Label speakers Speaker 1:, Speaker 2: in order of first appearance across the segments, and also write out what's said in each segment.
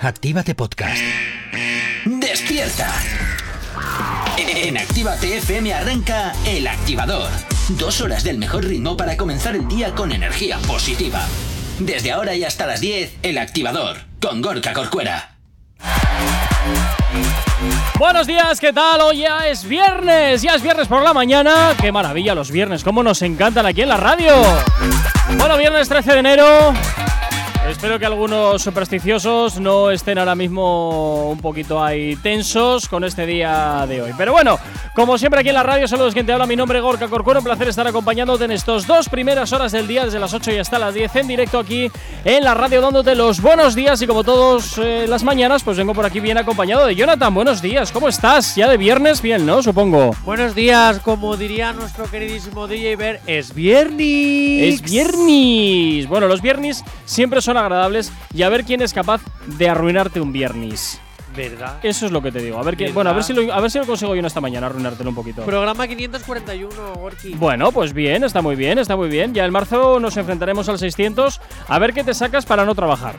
Speaker 1: Actívate Podcast.
Speaker 2: ¡Despierta! En Actívate FM arranca El Activador. Dos horas del mejor ritmo para comenzar el día con energía positiva. Desde ahora y hasta las 10, El Activador, con Gorka Corcuera.
Speaker 3: Buenos días, ¿qué tal? Hoy ya es viernes, ya es viernes por la mañana. Qué maravilla los viernes, cómo nos encantan aquí en la radio. Bueno, viernes 13 de enero. Espero que algunos supersticiosos no estén ahora mismo un poquito ahí tensos con este día de hoy. Pero bueno, como siempre aquí en la radio, saludos quien te habla, mi nombre es Gorka Corcuero, un placer estar acompañándote en estos dos primeras horas del día, desde las 8 y hasta las 10 en directo aquí en la radio, dándote los buenos días y como todas las mañanas, pues vengo por aquí bien acompañado de Jonathan, buenos días, ¿cómo estás? Ya de viernes, bien, ¿no? Supongo.
Speaker 4: Buenos días, como diría nuestro queridísimo DJ Ver, es viernes.
Speaker 3: Es viernes. Bueno, los viernes siempre son agradables y a ver quién es capaz de arruinarte un viernes.
Speaker 4: ¿Verdad?
Speaker 3: Eso es lo que te digo. A ver quién-
Speaker 4: ¿Verdad?
Speaker 3: bueno, a ver si lo, a ver si lo consigo yo en esta mañana arruinártelo un poquito.
Speaker 4: Programa 541, Gorky.
Speaker 3: bueno, pues bien, está muy bien, está muy bien. Ya en marzo nos enfrentaremos al 600. A ver qué te sacas para no trabajar.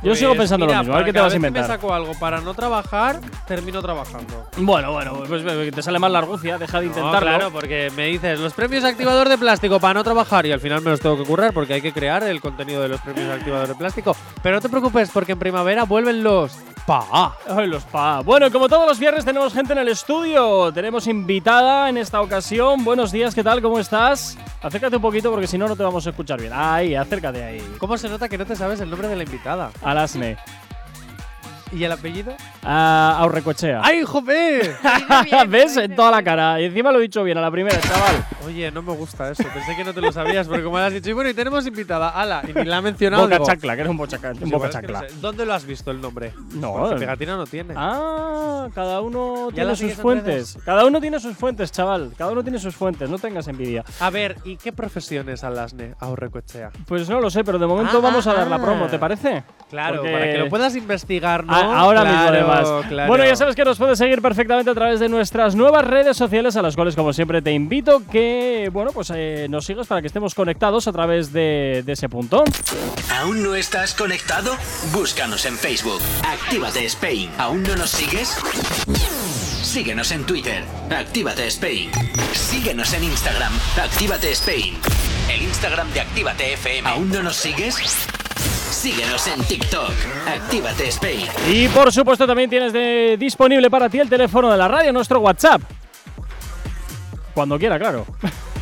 Speaker 3: Yo
Speaker 4: Pues
Speaker 3: sigo pensando
Speaker 4: mira,
Speaker 3: lo mismo, a ver
Speaker 4: para
Speaker 3: qué te
Speaker 4: cada
Speaker 3: vas a
Speaker 4: vez que
Speaker 3: inventar.
Speaker 4: me saco algo para no trabajar, termino trabajando.
Speaker 3: Bueno, bueno, pues eh, te sale mal la argucia, deja de
Speaker 4: No,
Speaker 3: intentarlo.
Speaker 4: claro, porque me dices los premios activador de plástico para no trabajar y al final me los tengo que currar porque hay que crear el contenido de los premios activador de plástico. Pero no te preocupes porque en primavera vuelven los pa.
Speaker 3: Ay, los pa. Bueno, como todos los viernes tenemos gente en el estudio. Tenemos invitada en esta ocasión. Buenos días, ¿qué tal? ¿Cómo estás? Acércate un poquito porque si no, no te vamos a escuchar bien. Ahí, acércate ahí.
Speaker 4: ¿Cómo se nota que no te sabes el nombre de la invitada?
Speaker 3: Alasne.
Speaker 4: ¿Y el apellido?
Speaker 3: A Aurrecochea.
Speaker 4: ¡Ay, joder!
Speaker 3: ¿Ves? En toda la cara. Y encima lo he dicho bien a la primera, chaval.
Speaker 4: Oye, no me gusta eso. Pensé que no te lo sabías, porque como has dicho, y bueno, y tenemos invitada, Ala, y ni la ha mencionado.
Speaker 3: Boca
Speaker 4: digo,
Speaker 3: chacla, que era un boca, chac- un
Speaker 4: pues
Speaker 3: boca
Speaker 4: igual es que
Speaker 3: chacla.
Speaker 4: no sé. pues ¿Dónde lo has visto el nombre?
Speaker 3: No,
Speaker 4: Porque
Speaker 3: el-
Speaker 4: pegatina no tiene.
Speaker 3: Ah, cada uno
Speaker 4: Ya
Speaker 3: tiene
Speaker 4: la
Speaker 3: sus
Speaker 4: sigues en
Speaker 3: fuentes. Cada uno tiene sus fuentes, chaval. Cada uno tiene sus fuentes, no tengas envidia.
Speaker 4: A ver, ¿y qué profesión es Alasne Aurrecochea?
Speaker 3: Pues no lo sé, pero de momento
Speaker 4: Ah,
Speaker 3: vamos a dar la
Speaker 4: ah.
Speaker 3: promo, ¿te parece?
Speaker 4: Claro,
Speaker 3: Porque-
Speaker 4: para que lo puedas investigar, ¿no?
Speaker 3: A- ahora mismo,
Speaker 4: Claro,
Speaker 3: además.
Speaker 4: claro.
Speaker 3: Bueno, ya sabes que nos puedes seguir perfectamente a través de nuestras nuevas redes sociales, a las cuales, como siempre, te invito que, bueno, pues eh, nos sigas para que estemos conectados a través de, de ese punto.
Speaker 2: ¿Aún no estás conectado? Búscanos en Facebook. Actívate Spain. ¿Aún no nos sigues? Síguenos en Twitter. Actívate Spain. Síguenos en Instagram. Actívate Spain. El Instagram de Actívate FM. ¿Aún no nos sigues? Síguenos en TikTok. Actívate Spain.
Speaker 3: Y, por supuesto, también tienes de- disponible para ti el teléfono de la radio, nuestro WhatsApp. Cuando quiera, claro.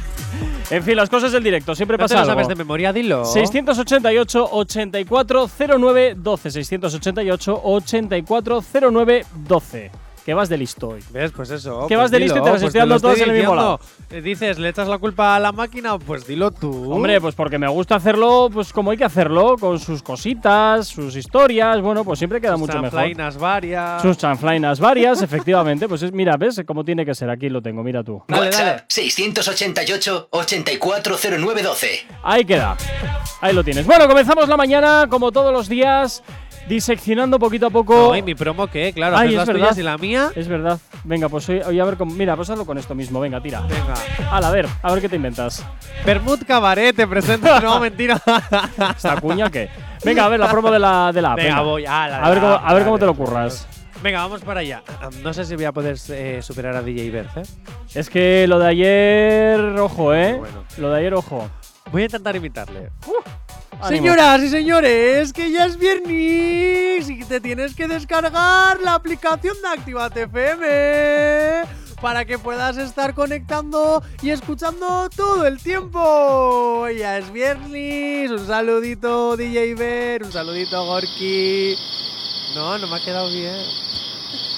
Speaker 3: en fin, las cosas del directo, siempre
Speaker 4: ¿No te
Speaker 3: pasa
Speaker 4: lo
Speaker 3: algo.
Speaker 4: sabes de memoria? Dilo.
Speaker 3: 688 8409 12 688 8409 12 Que vas de listo hoy.
Speaker 4: ¿Ves? Pues eso.
Speaker 3: Que
Speaker 4: pues
Speaker 3: vas de listo y te
Speaker 4: dilo,
Speaker 3: las
Speaker 4: pues
Speaker 3: estoy
Speaker 4: lo
Speaker 3: dando todas en el mismo
Speaker 4: diciendo.
Speaker 3: lado.
Speaker 4: Eh, Dices, ¿le echas la culpa a la máquina? Pues dilo tú.
Speaker 3: Hombre, pues porque me gusta hacerlo, pues como hay que hacerlo, con sus cositas, sus historias, bueno, pues siempre queda mucho mejor.
Speaker 4: Chanflainas varias.
Speaker 3: Sus chanflainas varias, efectivamente, pues es, mira, ves cómo tiene que ser, aquí lo tengo, mira tú.
Speaker 4: Dale, dale.
Speaker 2: WhatsApp 688 840912.
Speaker 3: Ahí queda, ahí lo tienes. Bueno, comenzamos la mañana, como todos los días, diseccionando poquito a poco.
Speaker 4: No, ¿y mi promo qué? Claro,
Speaker 3: Ay,
Speaker 4: haces
Speaker 3: es
Speaker 4: las
Speaker 3: verdad.
Speaker 4: tuyas y la mía.
Speaker 3: Es verdad, venga, pues hoy, hoy a ver, con, mira, pues hazlo con esto mismo, venga, tira.
Speaker 4: Venga.
Speaker 3: Ala, a ver, a ver qué te inventas.
Speaker 4: Bermud Cabaret te presento. no, mentira.
Speaker 3: ¿Esta cuña qué? Venga, a ver la promo de la, de la app,
Speaker 4: Venga, voy. Ah, la de
Speaker 3: a ver
Speaker 4: la
Speaker 3: cómo,
Speaker 4: app,
Speaker 3: a ver
Speaker 4: la
Speaker 3: cómo
Speaker 4: de
Speaker 3: te lo
Speaker 4: la
Speaker 3: curras.
Speaker 4: Venga, vamos para allá. Um, No sé si voy a poder eh, superar a DJ Berth, ¿eh?
Speaker 3: Es que lo de ayer, ojo, ¿eh?
Speaker 4: Bueno.
Speaker 3: Lo de ayer, ojo.
Speaker 4: Voy a intentar imitarle.
Speaker 3: Ánimo.
Speaker 4: Señoras y señores, que ya es viernes y te tienes que descargar la aplicación de Actívate FM para que puedas estar conectando y escuchando todo el tiempo. Ya es viernes. Un saludito, DJ Ver. Un saludito, Gorky. No, no me ha quedado bien.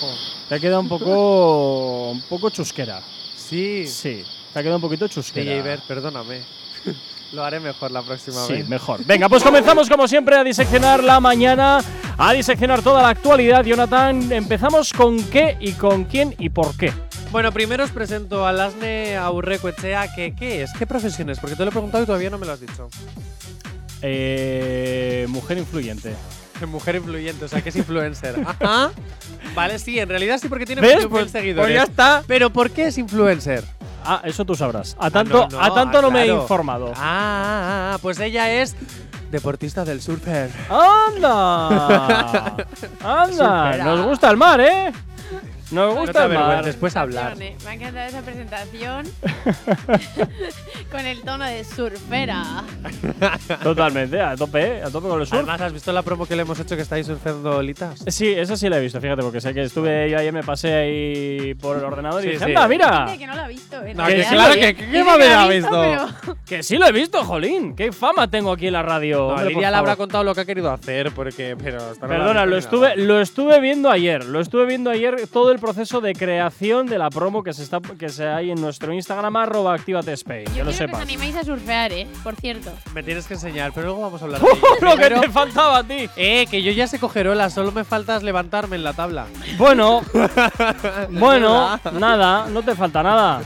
Speaker 4: Jo.
Speaker 3: Te ha quedado un poco. un poco chusquera.
Speaker 4: Sí,
Speaker 3: Sí, te ha quedado un poquito chusquera.
Speaker 4: DJ Ver, perdóname. Lo haré mejor la próxima
Speaker 3: Sí,
Speaker 4: vez.
Speaker 3: mejor. Venga, pues comenzamos como siempre a diseccionar la mañana, a diseccionar toda la actualidad. Jonathan, empezamos con qué y con quién y por qué.
Speaker 4: Bueno, primero os presento a Lasne Aurrecoechea, que ¿qué es? ¿Qué profesión es? Porque te lo he preguntado y todavía no me lo has dicho.
Speaker 3: Eh, mujer influyente.
Speaker 4: Que Mujer influyente, o sea, que es influencer. Ajá. Vale, sí, en realidad sí, porque tiene
Speaker 3: ¿Ves?
Speaker 4: 21.000
Speaker 3: Pues-
Speaker 4: seguidores.
Speaker 3: pues ya está.
Speaker 4: Pero ¿por qué es influencer?
Speaker 3: Ah, eso tú sabrás. A tanto, a tanto
Speaker 4: ah,
Speaker 3: no me he
Speaker 4: claro.
Speaker 3: informado.
Speaker 4: Ah, ah, ah, pues ella es Deportista del surfer.
Speaker 3: ¡Anda! ¡Anda!
Speaker 4: Supera.
Speaker 3: Nos gusta el mar, ¿eh? Nos
Speaker 1: No
Speaker 4: te
Speaker 3: gusta el mar.
Speaker 4: avergüences, después hablar.
Speaker 1: Me ha encantado esa presentación con el tono de surfera.
Speaker 4: Ah.
Speaker 3: Totalmente, a tope, ¿eh? a tope con el sur.
Speaker 4: Además, ¿has visto la promo que le hemos hecho que estáis surfeando olitas?
Speaker 3: Sí, esa sí la he visto, fíjate, porque sé que estuve yo ayer, me pasé ahí por el ordenador y
Speaker 4: Sí,
Speaker 3: dije,
Speaker 4: sí.
Speaker 3: anda, mira,
Speaker 1: Gente que no la ha visto. en
Speaker 4: No,
Speaker 3: que
Speaker 1: realidad.
Speaker 3: claro,
Speaker 4: que- que-
Speaker 1: Dice
Speaker 4: ¿qué va a
Speaker 1: la
Speaker 4: haber
Speaker 1: visto,
Speaker 4: visto?
Speaker 3: que sí lo he visto, jolín, qué fama tengo aquí en la radio.
Speaker 4: No,
Speaker 3: hombre, por
Speaker 4: Lidia le habrá
Speaker 3: favor.
Speaker 4: contado lo que ha querido hacer, porque. Pero esto no la ha
Speaker 3: Perdona,
Speaker 4: visto
Speaker 3: lo
Speaker 4: ni
Speaker 3: estuve,
Speaker 4: nada.
Speaker 3: lo estuve viendo ayer, lo estuve viendo ayer todo el proceso de creación de la promo que se está que se hay en nuestro Instagram arroba actívate Spain, que lo
Speaker 1: Yo quiero que os
Speaker 3: sepas.
Speaker 1: animéis a surfear, ¿eh? Por cierto.
Speaker 4: Me tienes que enseñar, pero luego vamos a hablar de ello.
Speaker 3: Oh, lo que
Speaker 4: Primero-
Speaker 3: te faltaba a ti.
Speaker 4: Eh, que yo ya sé coger olas, solo me faltas levantarme en la tabla.
Speaker 3: Bueno, bueno,
Speaker 4: verdad.
Speaker 3: nada, no te falta nada.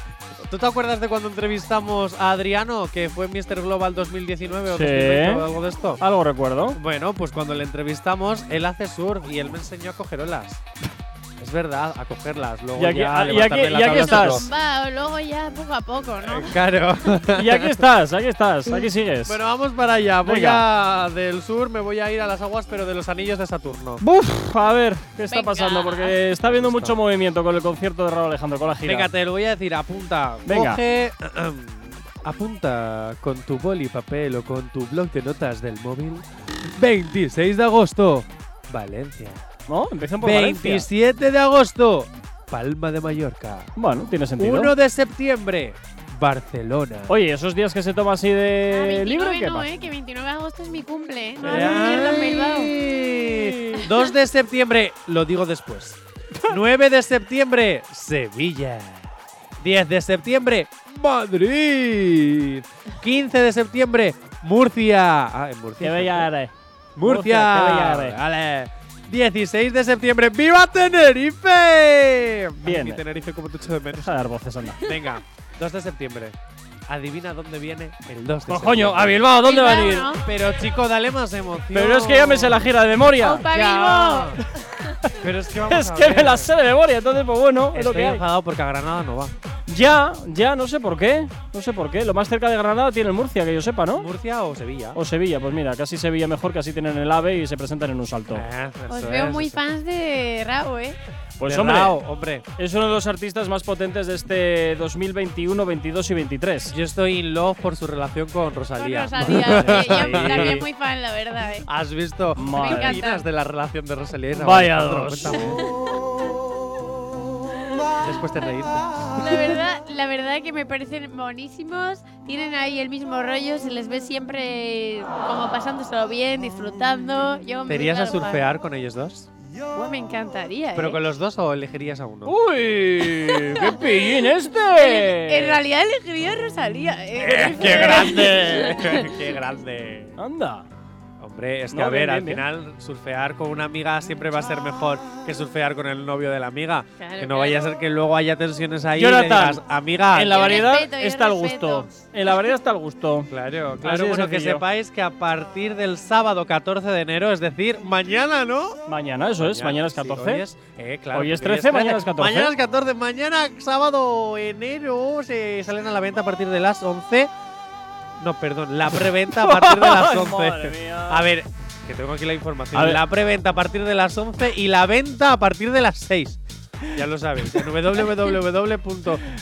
Speaker 4: ¿Tú te acuerdas de cuando entrevistamos a Adriano, que fue Mr. Global 2019 o
Speaker 3: Sí.
Speaker 4: 2020 o algo de esto?
Speaker 3: Algo recuerdo.
Speaker 4: Bueno, pues cuando le entrevistamos, él hace surf y él me enseñó a coger olas. Es verdad, a cogerlas. Luego
Speaker 3: Y aquí-
Speaker 4: ya
Speaker 3: ah,
Speaker 4: a
Speaker 3: y
Speaker 4: levantarme
Speaker 3: aquí-
Speaker 4: en la
Speaker 3: y aquí
Speaker 4: tabla
Speaker 3: estás.
Speaker 4: solo.
Speaker 1: Va, luego ya poco a poco, ¿no?
Speaker 4: Eh, Claro.
Speaker 3: Y aquí estás, aquí estás, aquí sigues.
Speaker 4: bueno, vamos para allá. Voy
Speaker 3: Venga.
Speaker 4: a del sur, me voy a ir a las aguas, pero de los anillos de Saturno.
Speaker 3: Buf, a ver, ¿qué está
Speaker 1: Venga.
Speaker 3: pasando? Porque está habiendo mucho movimiento con el concierto de Raúl Alejandro, con la gira.
Speaker 4: Venga, te lo voy a decir, apunta.
Speaker 3: Venga.
Speaker 4: Coge. apunta con tu boli, papel o con tu blog de notas del móvil. 26 de agosto, Valencia.
Speaker 3: ¿No? Empiezan por Valencia.
Speaker 4: 27 de agosto, Palma de Mallorca.
Speaker 3: Bueno, tiene sentido.
Speaker 4: 1 de septiembre, Barcelona.
Speaker 3: Oye, esos días que se toma así
Speaker 1: Ah,
Speaker 3: de
Speaker 1: 29
Speaker 3: libre, ¿qué
Speaker 1: no,
Speaker 3: pasa?
Speaker 1: ¿eh? Que 29 de agosto es mi cumple, ¿eh? No,
Speaker 3: Ay.
Speaker 1: no, mierda, en Bilbao.
Speaker 4: 2 de septiembre, lo digo después. 9 de septiembre, Sevilla. 10 de septiembre, Madrid. 15 de septiembre, Murcia. Ah, en Murcia.
Speaker 3: Qué bella eres.
Speaker 4: Murcia.
Speaker 3: Murcia, qué bella eres.
Speaker 4: Vale. 16 de septiembre, ¡Viva Tenerife!
Speaker 3: Bien.
Speaker 4: Mi Tenerife, como te echo de menos.
Speaker 3: Deja de dar voces, anda.
Speaker 4: Venga, 2 de septiembre. Adivina dónde viene el 2 de
Speaker 3: Pues
Speaker 4: septiembre.
Speaker 3: coño, a Bilbao, ¿dónde van a ir?
Speaker 1: Bilbao, ¿no?
Speaker 4: Pero chico, dale más emoción.
Speaker 3: Pero es que ya me sé la gira de memoria.
Speaker 1: Opa,
Speaker 4: Ya.
Speaker 1: Bilbao.
Speaker 4: Pero es que vamos
Speaker 3: Es
Speaker 4: a
Speaker 3: que
Speaker 4: ver.
Speaker 3: me la sé de memoria, entonces, pues bueno, es lo
Speaker 4: Estoy
Speaker 3: que hay.
Speaker 4: enfadado porque a Granada no va.
Speaker 3: Ya, ya, no sé por qué. No sé por qué. Lo más cerca de Granada tiene el Murcia, que yo sepa, ¿no?
Speaker 4: ¿Murcia o Sevilla?
Speaker 3: O Sevilla, pues mira, casi Sevilla mejor que así tienen el AVE y se presentan en un salto.
Speaker 4: Eh,
Speaker 1: Os
Speaker 4: eso
Speaker 1: veo
Speaker 4: es,
Speaker 1: muy
Speaker 4: eso es.
Speaker 1: fans de Rao, ¿eh?
Speaker 3: Pues
Speaker 4: De
Speaker 3: hombre,
Speaker 4: Rao, hombre.
Speaker 3: es uno de los artistas más potentes de este 2021, 22 y 23.
Speaker 4: Yo estoy in love por su relación con
Speaker 1: Con
Speaker 4: Rosalía.
Speaker 1: Rosalía. que Yo
Speaker 4: Sí.
Speaker 1: también muy fan, la verdad, ¿eh?
Speaker 4: ¿Has visto?
Speaker 3: Madre.
Speaker 4: ¿Qué
Speaker 1: Me
Speaker 4: opinas
Speaker 1: encanta.
Speaker 4: de la relación de Rosalía y Raúl?
Speaker 3: Vaya
Speaker 4: Alejandro?
Speaker 3: dos.
Speaker 4: Cuéntame. Después te reíste.
Speaker 1: La verdad, la verdad que me parecen monísimos. Tienen ahí el mismo rollo, se les ve siempre como pasándoselo bien, disfrutando. Yo
Speaker 4: ¿Te irías a
Speaker 1: claro, fan.
Speaker 4: surfear con ellos dos?
Speaker 1: Pues me encantaría.
Speaker 4: ¿Pero
Speaker 1: ¿eh?
Speaker 4: con los dos o elegirías a uno?
Speaker 3: ¡Uy! ¡Qué pillín
Speaker 1: En,
Speaker 3: este!
Speaker 1: en realidad elegiría a Rosalía. ¿eh?
Speaker 4: Eh. ¡Qué grande! ¡Qué grande!
Speaker 3: Anda.
Speaker 4: Hombre, es que
Speaker 3: No,
Speaker 4: a
Speaker 3: bien,
Speaker 4: ver, al
Speaker 3: bien,
Speaker 4: final surfear con una amiga siempre va a ser mejor que surfear con el novio de la amiga.
Speaker 1: Claro,
Speaker 4: que no vaya a
Speaker 1: claro.
Speaker 4: ser que luego haya tensiones ahí
Speaker 3: Jonathan,
Speaker 4: y le digas, amiga. eh,
Speaker 3: En la
Speaker 1: Yo
Speaker 3: variedad
Speaker 1: Ah, respeto, yo
Speaker 3: está el
Speaker 1: respeto.
Speaker 3: gusto. En la variedad está el gusto.
Speaker 4: Claro,
Speaker 3: Así
Speaker 4: claro.
Speaker 3: de
Speaker 4: Bueno, que
Speaker 3: sencillo.
Speaker 4: sepáis que a partir del sábado 14 de enero, es decir, mañana, ¿no?
Speaker 3: Mañana, eso es. Mañana es
Speaker 4: sí,
Speaker 3: 14.
Speaker 4: hoy es, eh, claro,
Speaker 3: Hoy es
Speaker 4: porque
Speaker 3: 13, mañana es 14.
Speaker 4: Mañana es 14. Mañana, sábado, enero, se salen a la venta a partir de las 11. No, perdón, la preventa a partir de las
Speaker 3: Ay,
Speaker 4: 11.
Speaker 3: madre mía.
Speaker 4: A ver, que tengo aquí la información.
Speaker 3: A ver.
Speaker 4: La preventa a partir de las 11 y la venta a partir de las 6. Ya lo sabéis, en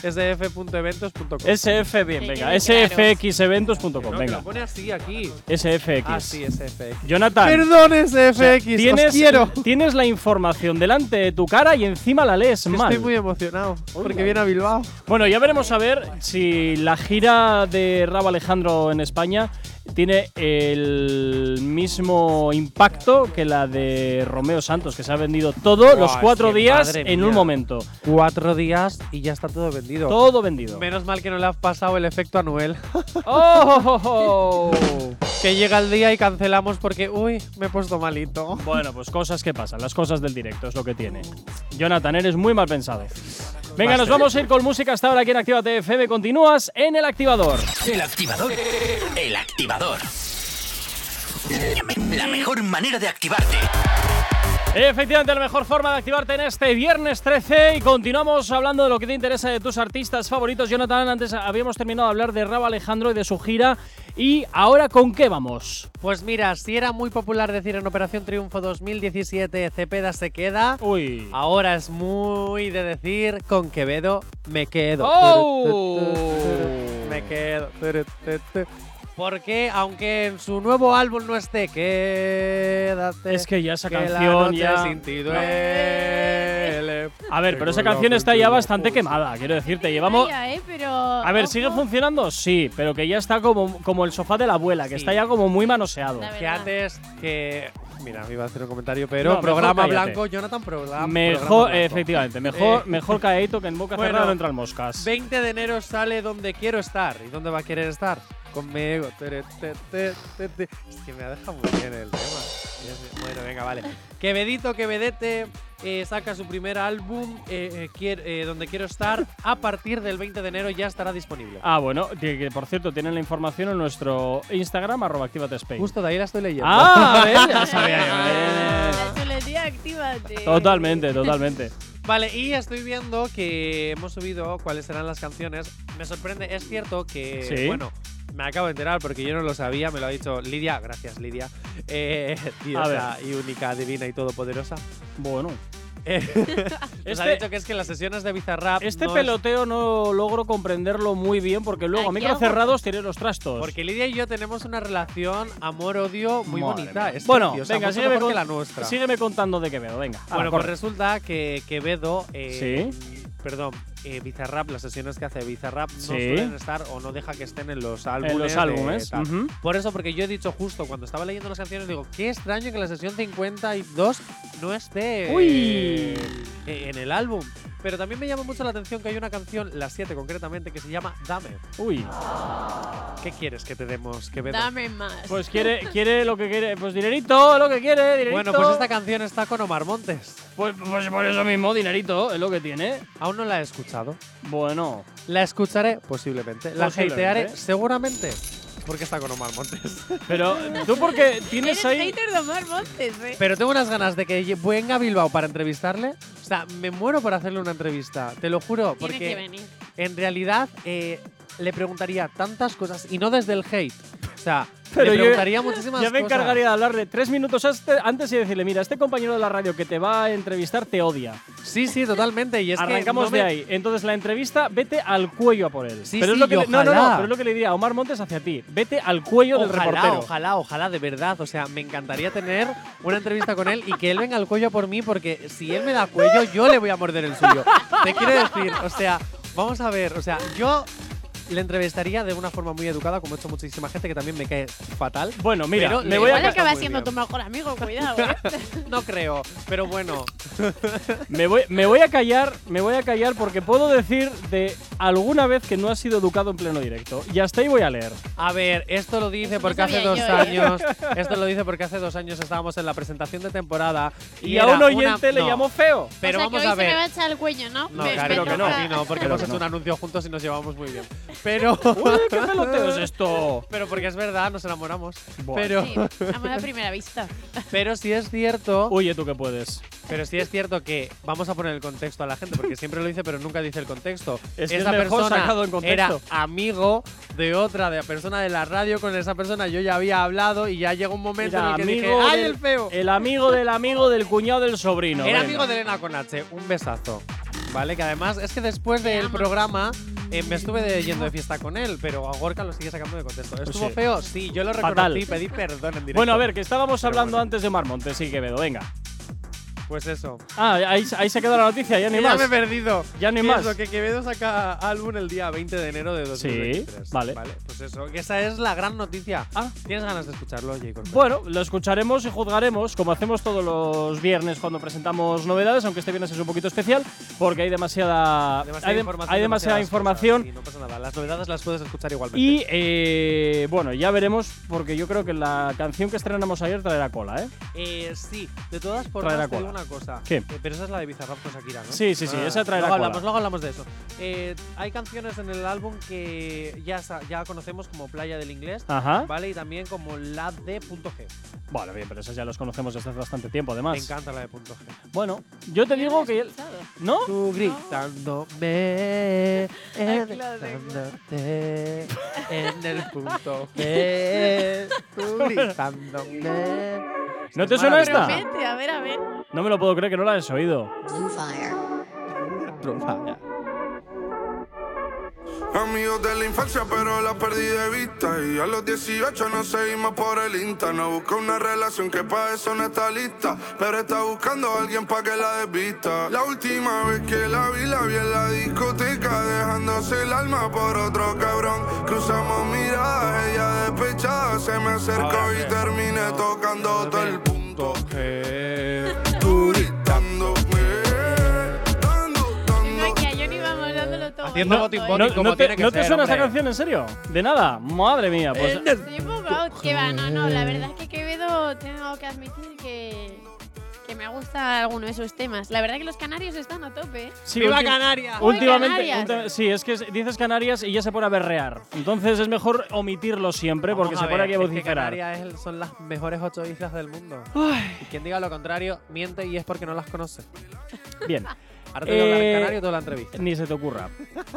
Speaker 4: www.sf.eventos.com.
Speaker 3: SF, bien, venga.
Speaker 1: Sí, que quede claro.
Speaker 4: No,
Speaker 3: SFXeventos.com,
Speaker 4: que lo
Speaker 3: venga.
Speaker 4: pone así aquí.
Speaker 3: SFX.
Speaker 4: Ah, sí, SFX.
Speaker 3: Jonathan.
Speaker 4: Perdón,
Speaker 3: o
Speaker 4: SFX,
Speaker 3: sea,
Speaker 4: os
Speaker 3: tienes,
Speaker 4: quiero.
Speaker 3: tienes la información delante de tu cara y encima la lees mal.
Speaker 4: Estoy muy emocionado porque
Speaker 3: madre.
Speaker 4: viene a Bilbao.
Speaker 3: Bueno, ya veremos a ver si la gira de Rabo Alejandro en España tiene el mismo impacto que la de Romeo Santos, que se ha vendido todo
Speaker 4: Buah,
Speaker 3: los cuatro
Speaker 4: es que
Speaker 3: días
Speaker 4: madre
Speaker 3: en
Speaker 4: mía.
Speaker 3: un momento.
Speaker 4: cuatro días y ya está todo vendido.
Speaker 3: Todo vendido.
Speaker 4: Menos mal que no le has pasado el efecto anuel.
Speaker 3: ¡Oh! oh, oh, oh.
Speaker 4: que llega el día y cancelamos porque, uy, me he puesto malito.
Speaker 3: Bueno, pues cosas que pasan, las cosas del directo es lo que tiene. Jonathan, eres muy mal pensado. Venga, nos vamos a ir con música hasta ahora aquí en Actívate FM. Continúas en el activador.
Speaker 2: El activador. El activador. La mejor manera de activarte.
Speaker 3: Efectivamente, la mejor forma de activarte en este viernes 13 y continuamos hablando de lo que te interesa de tus artistas favoritos. Jonathan, antes habíamos terminado de hablar de Raba Alejandro y de su gira y ahora con qué vamos.
Speaker 4: Pues mira, si era muy popular decir en Operación Triunfo 2017 Cepeda se queda,
Speaker 3: Uy.
Speaker 4: ahora es muy de decir con Quevedo me quedo.
Speaker 3: ¡Oh!
Speaker 4: Me quedo. Porque aunque en su nuevo álbum no esté Quédate.
Speaker 3: Es que ya esa
Speaker 4: la
Speaker 3: canción
Speaker 4: noche
Speaker 3: ya-
Speaker 4: sin ti
Speaker 3: No.
Speaker 4: duele.
Speaker 3: A ver, pero esa
Speaker 4: Tengo la
Speaker 3: canción está ya
Speaker 4: fortuna.
Speaker 3: bastante quemada, quiero decirte. Llevamos.
Speaker 1: Vaya, eh, pero,
Speaker 3: A ver, ¿sigue
Speaker 1: ojo.
Speaker 3: funcionando? Sí, pero que ya está como, como el sofá de la abuela, que
Speaker 4: Sí.
Speaker 3: está ya como muy manoseado.
Speaker 1: La
Speaker 4: que
Speaker 1: verdad.
Speaker 4: antes que. Mira, iba a hacer un comentario, pero
Speaker 3: No, mejor
Speaker 4: programa
Speaker 3: cállate.
Speaker 4: blanco, Jonathan, programa. programa
Speaker 3: Mejor,
Speaker 4: blanco.
Speaker 3: efectivamente, mejor,
Speaker 4: Eh,
Speaker 3: mejor caedito que en boca
Speaker 4: bueno,
Speaker 3: cerrada entran moscas.
Speaker 4: 20 de enero sale donde quiero estar. ¿Y dónde va a querer estar? Conmigo. Tere, te, te, te, te. Es que me ha dejado muy bien el tema. Ya sé. Bueno, venga, vale. Quevedito, Quevedete eh, saca su primer álbum, eh, eh, quier- eh, donde quiero estar. A partir del 20 de enero ya estará disponible.
Speaker 3: Ah, bueno, que, que, por cierto, tienen la información en nuestro Instagram, arroba actívate Spain.
Speaker 4: Justo de ahí la estoy leyendo.
Speaker 3: Ah, ¿ves? Ya sabía yo.
Speaker 1: Ah,
Speaker 3: Eh.
Speaker 1: La chuletilla, actívate.
Speaker 3: Totalmente, totalmente.
Speaker 4: Vale, y estoy viendo que hemos subido cuáles serán las canciones. Me sorprende, es cierto que,
Speaker 3: Sí.
Speaker 4: bueno, me acabo de enterar porque yo no lo sabía, me lo ha dicho Lidia, gracias Lidia, eh, diosa y única, divina y todopoderosa.
Speaker 3: Bueno,
Speaker 4: Eh, nos ha
Speaker 3: Este-
Speaker 4: dicho que es que las sesiones de Bizarrap
Speaker 3: este
Speaker 4: no es-
Speaker 3: peloteo no logro comprenderlo muy bien porque luego a
Speaker 1: Aquí
Speaker 3: micro
Speaker 1: algo-
Speaker 3: cerrados tiene los trastos.
Speaker 4: porque Lidia y yo tenemos una relación amor-odio muy
Speaker 3: Madre
Speaker 4: bonita.
Speaker 3: mía.
Speaker 4: Es
Speaker 3: bueno,
Speaker 4: preciosa,
Speaker 3: venga,
Speaker 4: mucho
Speaker 3: sígueme,
Speaker 4: mejor
Speaker 3: con-
Speaker 4: que la nuestra.
Speaker 3: sígueme contando de Quevedo, venga. Ah, Ahora,
Speaker 4: Bueno, pues
Speaker 3: corre.
Speaker 4: resulta que Quevedo. eh, Perdón, eh, Bizarrap, las sesiones que hace Bizarrap no
Speaker 3: Sí.
Speaker 4: suelen estar o no deja que estén en los álbumes.
Speaker 3: en los
Speaker 4: de
Speaker 3: álbumes.
Speaker 4: tal.
Speaker 3: ujú.
Speaker 4: Por eso, porque yo he dicho justo cuando estaba leyendo las canciones, digo, qué extraño que la sesión 52 no esté
Speaker 3: Uy.
Speaker 4: eh, en el álbum. Pero también me llama mucho la atención que hay una canción, la 7 concretamente, que se llama Dame.
Speaker 3: Uy,
Speaker 4: ¿Qué quieres que te demos, Quevedo?
Speaker 1: Dame más.
Speaker 3: pues quiere, quiere lo que quiere. Pues dinerito, lo que quiere, dinerito.
Speaker 4: Bueno, pues esta canción está con Omar Montes.
Speaker 3: Pues, pues por eso mismo, dinerito, es lo que tiene.
Speaker 4: Aún no la he escuchado.
Speaker 3: Bueno,
Speaker 4: La escucharé posiblemente. La
Speaker 3: Posiblemente.
Speaker 4: hatearé seguramente. Porque está con Omar Montes.
Speaker 3: pero tú porque tienes
Speaker 1: Eres
Speaker 3: ahí.
Speaker 1: hater de Omar Montes, eh.
Speaker 4: Pero tengo unas ganas de que lle- venga a Bilbao para entrevistarle. O sea, me muero por hacerle una entrevista, te lo juro,
Speaker 1: Tiene que
Speaker 4: porque
Speaker 1: venir.
Speaker 4: en realidad eh, le preguntaría tantas cosas y no desde el hate. O sea,
Speaker 3: Pero
Speaker 4: le
Speaker 3: yo-
Speaker 4: preguntaría muchísimas
Speaker 3: Yo me
Speaker 4: cosas.
Speaker 3: encargaría de hablarle tres minutos antes- antes y decirle, mira, este compañero de la radio que te va a entrevistar te odia.
Speaker 4: Sí, sí, totalmente. Y es que
Speaker 3: Arrancamos
Speaker 4: no me-
Speaker 3: de ahí. Entonces la entrevista, vete al cuello a por él.
Speaker 4: Sí,
Speaker 3: pero
Speaker 4: sí,
Speaker 3: es lo que
Speaker 4: y
Speaker 3: le- no, no, no,
Speaker 4: ojalá.
Speaker 3: pero es lo que le diría a Omar Montes hacia ti. Vete al cuello del
Speaker 4: Ojalá,
Speaker 3: reportero.
Speaker 4: ojalá, ojalá, de verdad. O sea, me encantaría tener una entrevista con él y que él venga al cuello por mí, porque si él me da cuello, yo le voy a morder el suyo. Te quiero decir, o sea, vamos a ver, o sea, yo le entrevistaría de una forma muy educada, como he hecho muchísima gente que también me cae fatal.
Speaker 3: Bueno, mira,
Speaker 4: Pero
Speaker 3: me
Speaker 4: le
Speaker 3: voy, a,
Speaker 1: Igual
Speaker 4: vale-
Speaker 1: acaba
Speaker 4: muy
Speaker 1: siendo
Speaker 4: bien.
Speaker 1: tu mejor amigo, cuidado, eh.
Speaker 4: No creo, pero bueno,
Speaker 3: me, voy, me voy a callar, me voy a callar porque puedo decir de alguna vez que no has sido educado en pleno directo. Y hasta ahí voy a leer.
Speaker 4: a ver, esto lo
Speaker 1: Eso
Speaker 4: dice
Speaker 1: no
Speaker 4: porque hace
Speaker 1: sabía
Speaker 4: dos
Speaker 1: yo, ¿eh?
Speaker 4: años, esto lo dice porque hace dos años estábamos en la presentación de temporada y,
Speaker 3: Y, a un
Speaker 4: era
Speaker 3: oyente
Speaker 4: una-
Speaker 3: le
Speaker 4: no,
Speaker 3: lamo feo.
Speaker 4: Pero
Speaker 1: o sea,
Speaker 4: vamos
Speaker 1: que hoy
Speaker 4: a ver.
Speaker 1: se me va a echar el cuello, ¿no? Pues
Speaker 4: No,
Speaker 1: Ve-
Speaker 4: claro,
Speaker 1: vengo
Speaker 3: que no.
Speaker 1: para-
Speaker 4: a ti no, porque
Speaker 3: Claro
Speaker 4: hemos
Speaker 3: que
Speaker 4: hecho
Speaker 3: no.
Speaker 4: un anuncio juntos y nos llevamos muy bien. Pero,
Speaker 3: Uy, qué peloteo es esto.
Speaker 4: pero porque es verdad, nos enamoramos.
Speaker 3: Buah.
Speaker 4: Pero,
Speaker 1: Sí, amor a primera vista.
Speaker 4: pero sí es cierto,
Speaker 3: Oye, tú que puedes.
Speaker 4: pero sí es cierto que vamos a poner el contexto a la gente, porque siempre lo dice, pero nunca dice el contexto.
Speaker 3: Es que
Speaker 4: esa
Speaker 3: es mejor
Speaker 4: persona
Speaker 3: sacado en contexto.
Speaker 4: era amigo de otra de la persona de la radio, con esa persona yo ya había hablado y ya llegó un momento
Speaker 3: Era
Speaker 4: en el que dije,
Speaker 3: amigo
Speaker 4: ¡ay,
Speaker 3: del-
Speaker 4: el feo!
Speaker 3: El amigo del amigo del cuñado del sobrino.
Speaker 4: Era
Speaker 3: venga.
Speaker 4: amigo de Elena Conache, un besazo. Vale, que además es que después del programa eh, me estuve de- yendo de fiesta con él, pero a Gorka lo sigue sacando de contexto. ¿Estuvo
Speaker 3: Pues sí.
Speaker 4: feo? Sí, yo lo
Speaker 3: Fatal.
Speaker 4: reconocí, pedí perdón en directo.
Speaker 3: Bueno, a ver, que estábamos
Speaker 4: Pero
Speaker 3: hablando
Speaker 4: bueno.
Speaker 3: antes de Marmontes y Quevedo, venga.
Speaker 4: Pues eso.
Speaker 3: Ah, ahí, ahí se quedó la noticia, ya ni
Speaker 4: ya
Speaker 3: más.
Speaker 4: me he perdido.
Speaker 3: Ya ni
Speaker 4: Que
Speaker 3: más.
Speaker 4: Eso, que Quevedo saca álbum el día 20 de enero de 2023.
Speaker 3: vale.
Speaker 4: pues eso, que esa es la gran noticia.
Speaker 3: Ah.
Speaker 4: ¿Tienes ganas de escucharlo, Jacob?
Speaker 3: Bueno, lo escucharemos y juzgaremos, como hacemos todos los viernes cuando presentamos novedades, aunque este viernes es un poquito especial, porque hay demasiada, hay de- hay demasiada
Speaker 4: demasiadas
Speaker 3: información.
Speaker 4: cosas, y no pasa nada, las novedades las puedes escuchar igualmente.
Speaker 3: Y eh, bueno, ya veremos, porque yo creo que la canción que estrenamos ayer traerá cola, ¿eh?
Speaker 4: Eh, sí, de todas
Speaker 3: Traerá
Speaker 4: formas, te
Speaker 3: cola.
Speaker 4: digo una una cosa.
Speaker 3: ¿Qué?
Speaker 4: Eh, pero esa es la de Bizarrap con Shakira, ¿no?
Speaker 3: Sí, sí, sí, esa traerá
Speaker 4: luego
Speaker 3: cola.
Speaker 4: hablamos, luego hablamos de eso. Eh, hay canciones en el álbum que ya, sa- ya conocemos como Playa del Inglés,
Speaker 3: Ajá.
Speaker 4: ¿vale? Y también como la de punto G.
Speaker 3: Bueno, bien, pero esas ya los conocemos desde hace bastante tiempo, además.
Speaker 4: Me encanta la de punto G.
Speaker 3: Bueno, yo te digo que. ¿No?
Speaker 4: Tú gritándome, enredándote en el punto G. Tú gritándome.
Speaker 3: ¿No te suena esta?
Speaker 4: Maravilla.
Speaker 1: Vente, a ver, a ver.
Speaker 3: No me lo puedo creer que no la has oído.
Speaker 5: Blue Fire.
Speaker 6: Amigos de la infancia, pero la perdí de vista. Y a los 18 nos seguimos por el Insta. No busca una relación que para eso no está lista. Pero está buscando a alguien para que la desvista. La última vez que la vi, la vi en la discoteca. Dejándose el alma por otro cabrón. Cruzamos miradas, ella despechada se me acercó y terminé tocando todo el punto. Tú gritándome, dando,
Speaker 1: Venga,
Speaker 6: dando.
Speaker 1: aquí a Johnny vamos dándolo todo.
Speaker 7: Haciendo
Speaker 1: Todo,
Speaker 7: botín,
Speaker 1: ¿eh?
Speaker 7: botín.
Speaker 3: ¿No,
Speaker 7: Y como
Speaker 3: no te,
Speaker 7: tiene que
Speaker 3: no te
Speaker 7: ser,
Speaker 3: suena esta
Speaker 7: hombre.
Speaker 3: canción en serio? ¿De nada? Madre mía, pues.
Speaker 1: Estoy un poco out. Que va, no, no. La verdad es que Quevedo tengo que admitir que, que me gusta alguno de sus temas. La verdad que los canarios están a tope. ¿eh?
Speaker 3: Sí,
Speaker 4: ¡Viva
Speaker 3: ulti-
Speaker 4: Canarias!
Speaker 1: Uy,
Speaker 3: Últimamente,
Speaker 1: Canarias.
Speaker 3: ulti- sí, es que es- dices Canarias y ya se pone a berrear. Entonces es mejor omitirlo siempre porque
Speaker 4: Vamos
Speaker 3: se
Speaker 4: a
Speaker 3: pone
Speaker 4: ver,
Speaker 3: aquí a
Speaker 4: es que
Speaker 3: vociferar.
Speaker 4: Canarias es- son las mejores ocho islas del mundo. Y quien diga lo contrario, miente y es porque no las conoce.
Speaker 3: Bien,
Speaker 4: Ahora te voy a hablar
Speaker 3: Eh,
Speaker 4: en canario toda la entrevista.
Speaker 3: ni se te ocurra.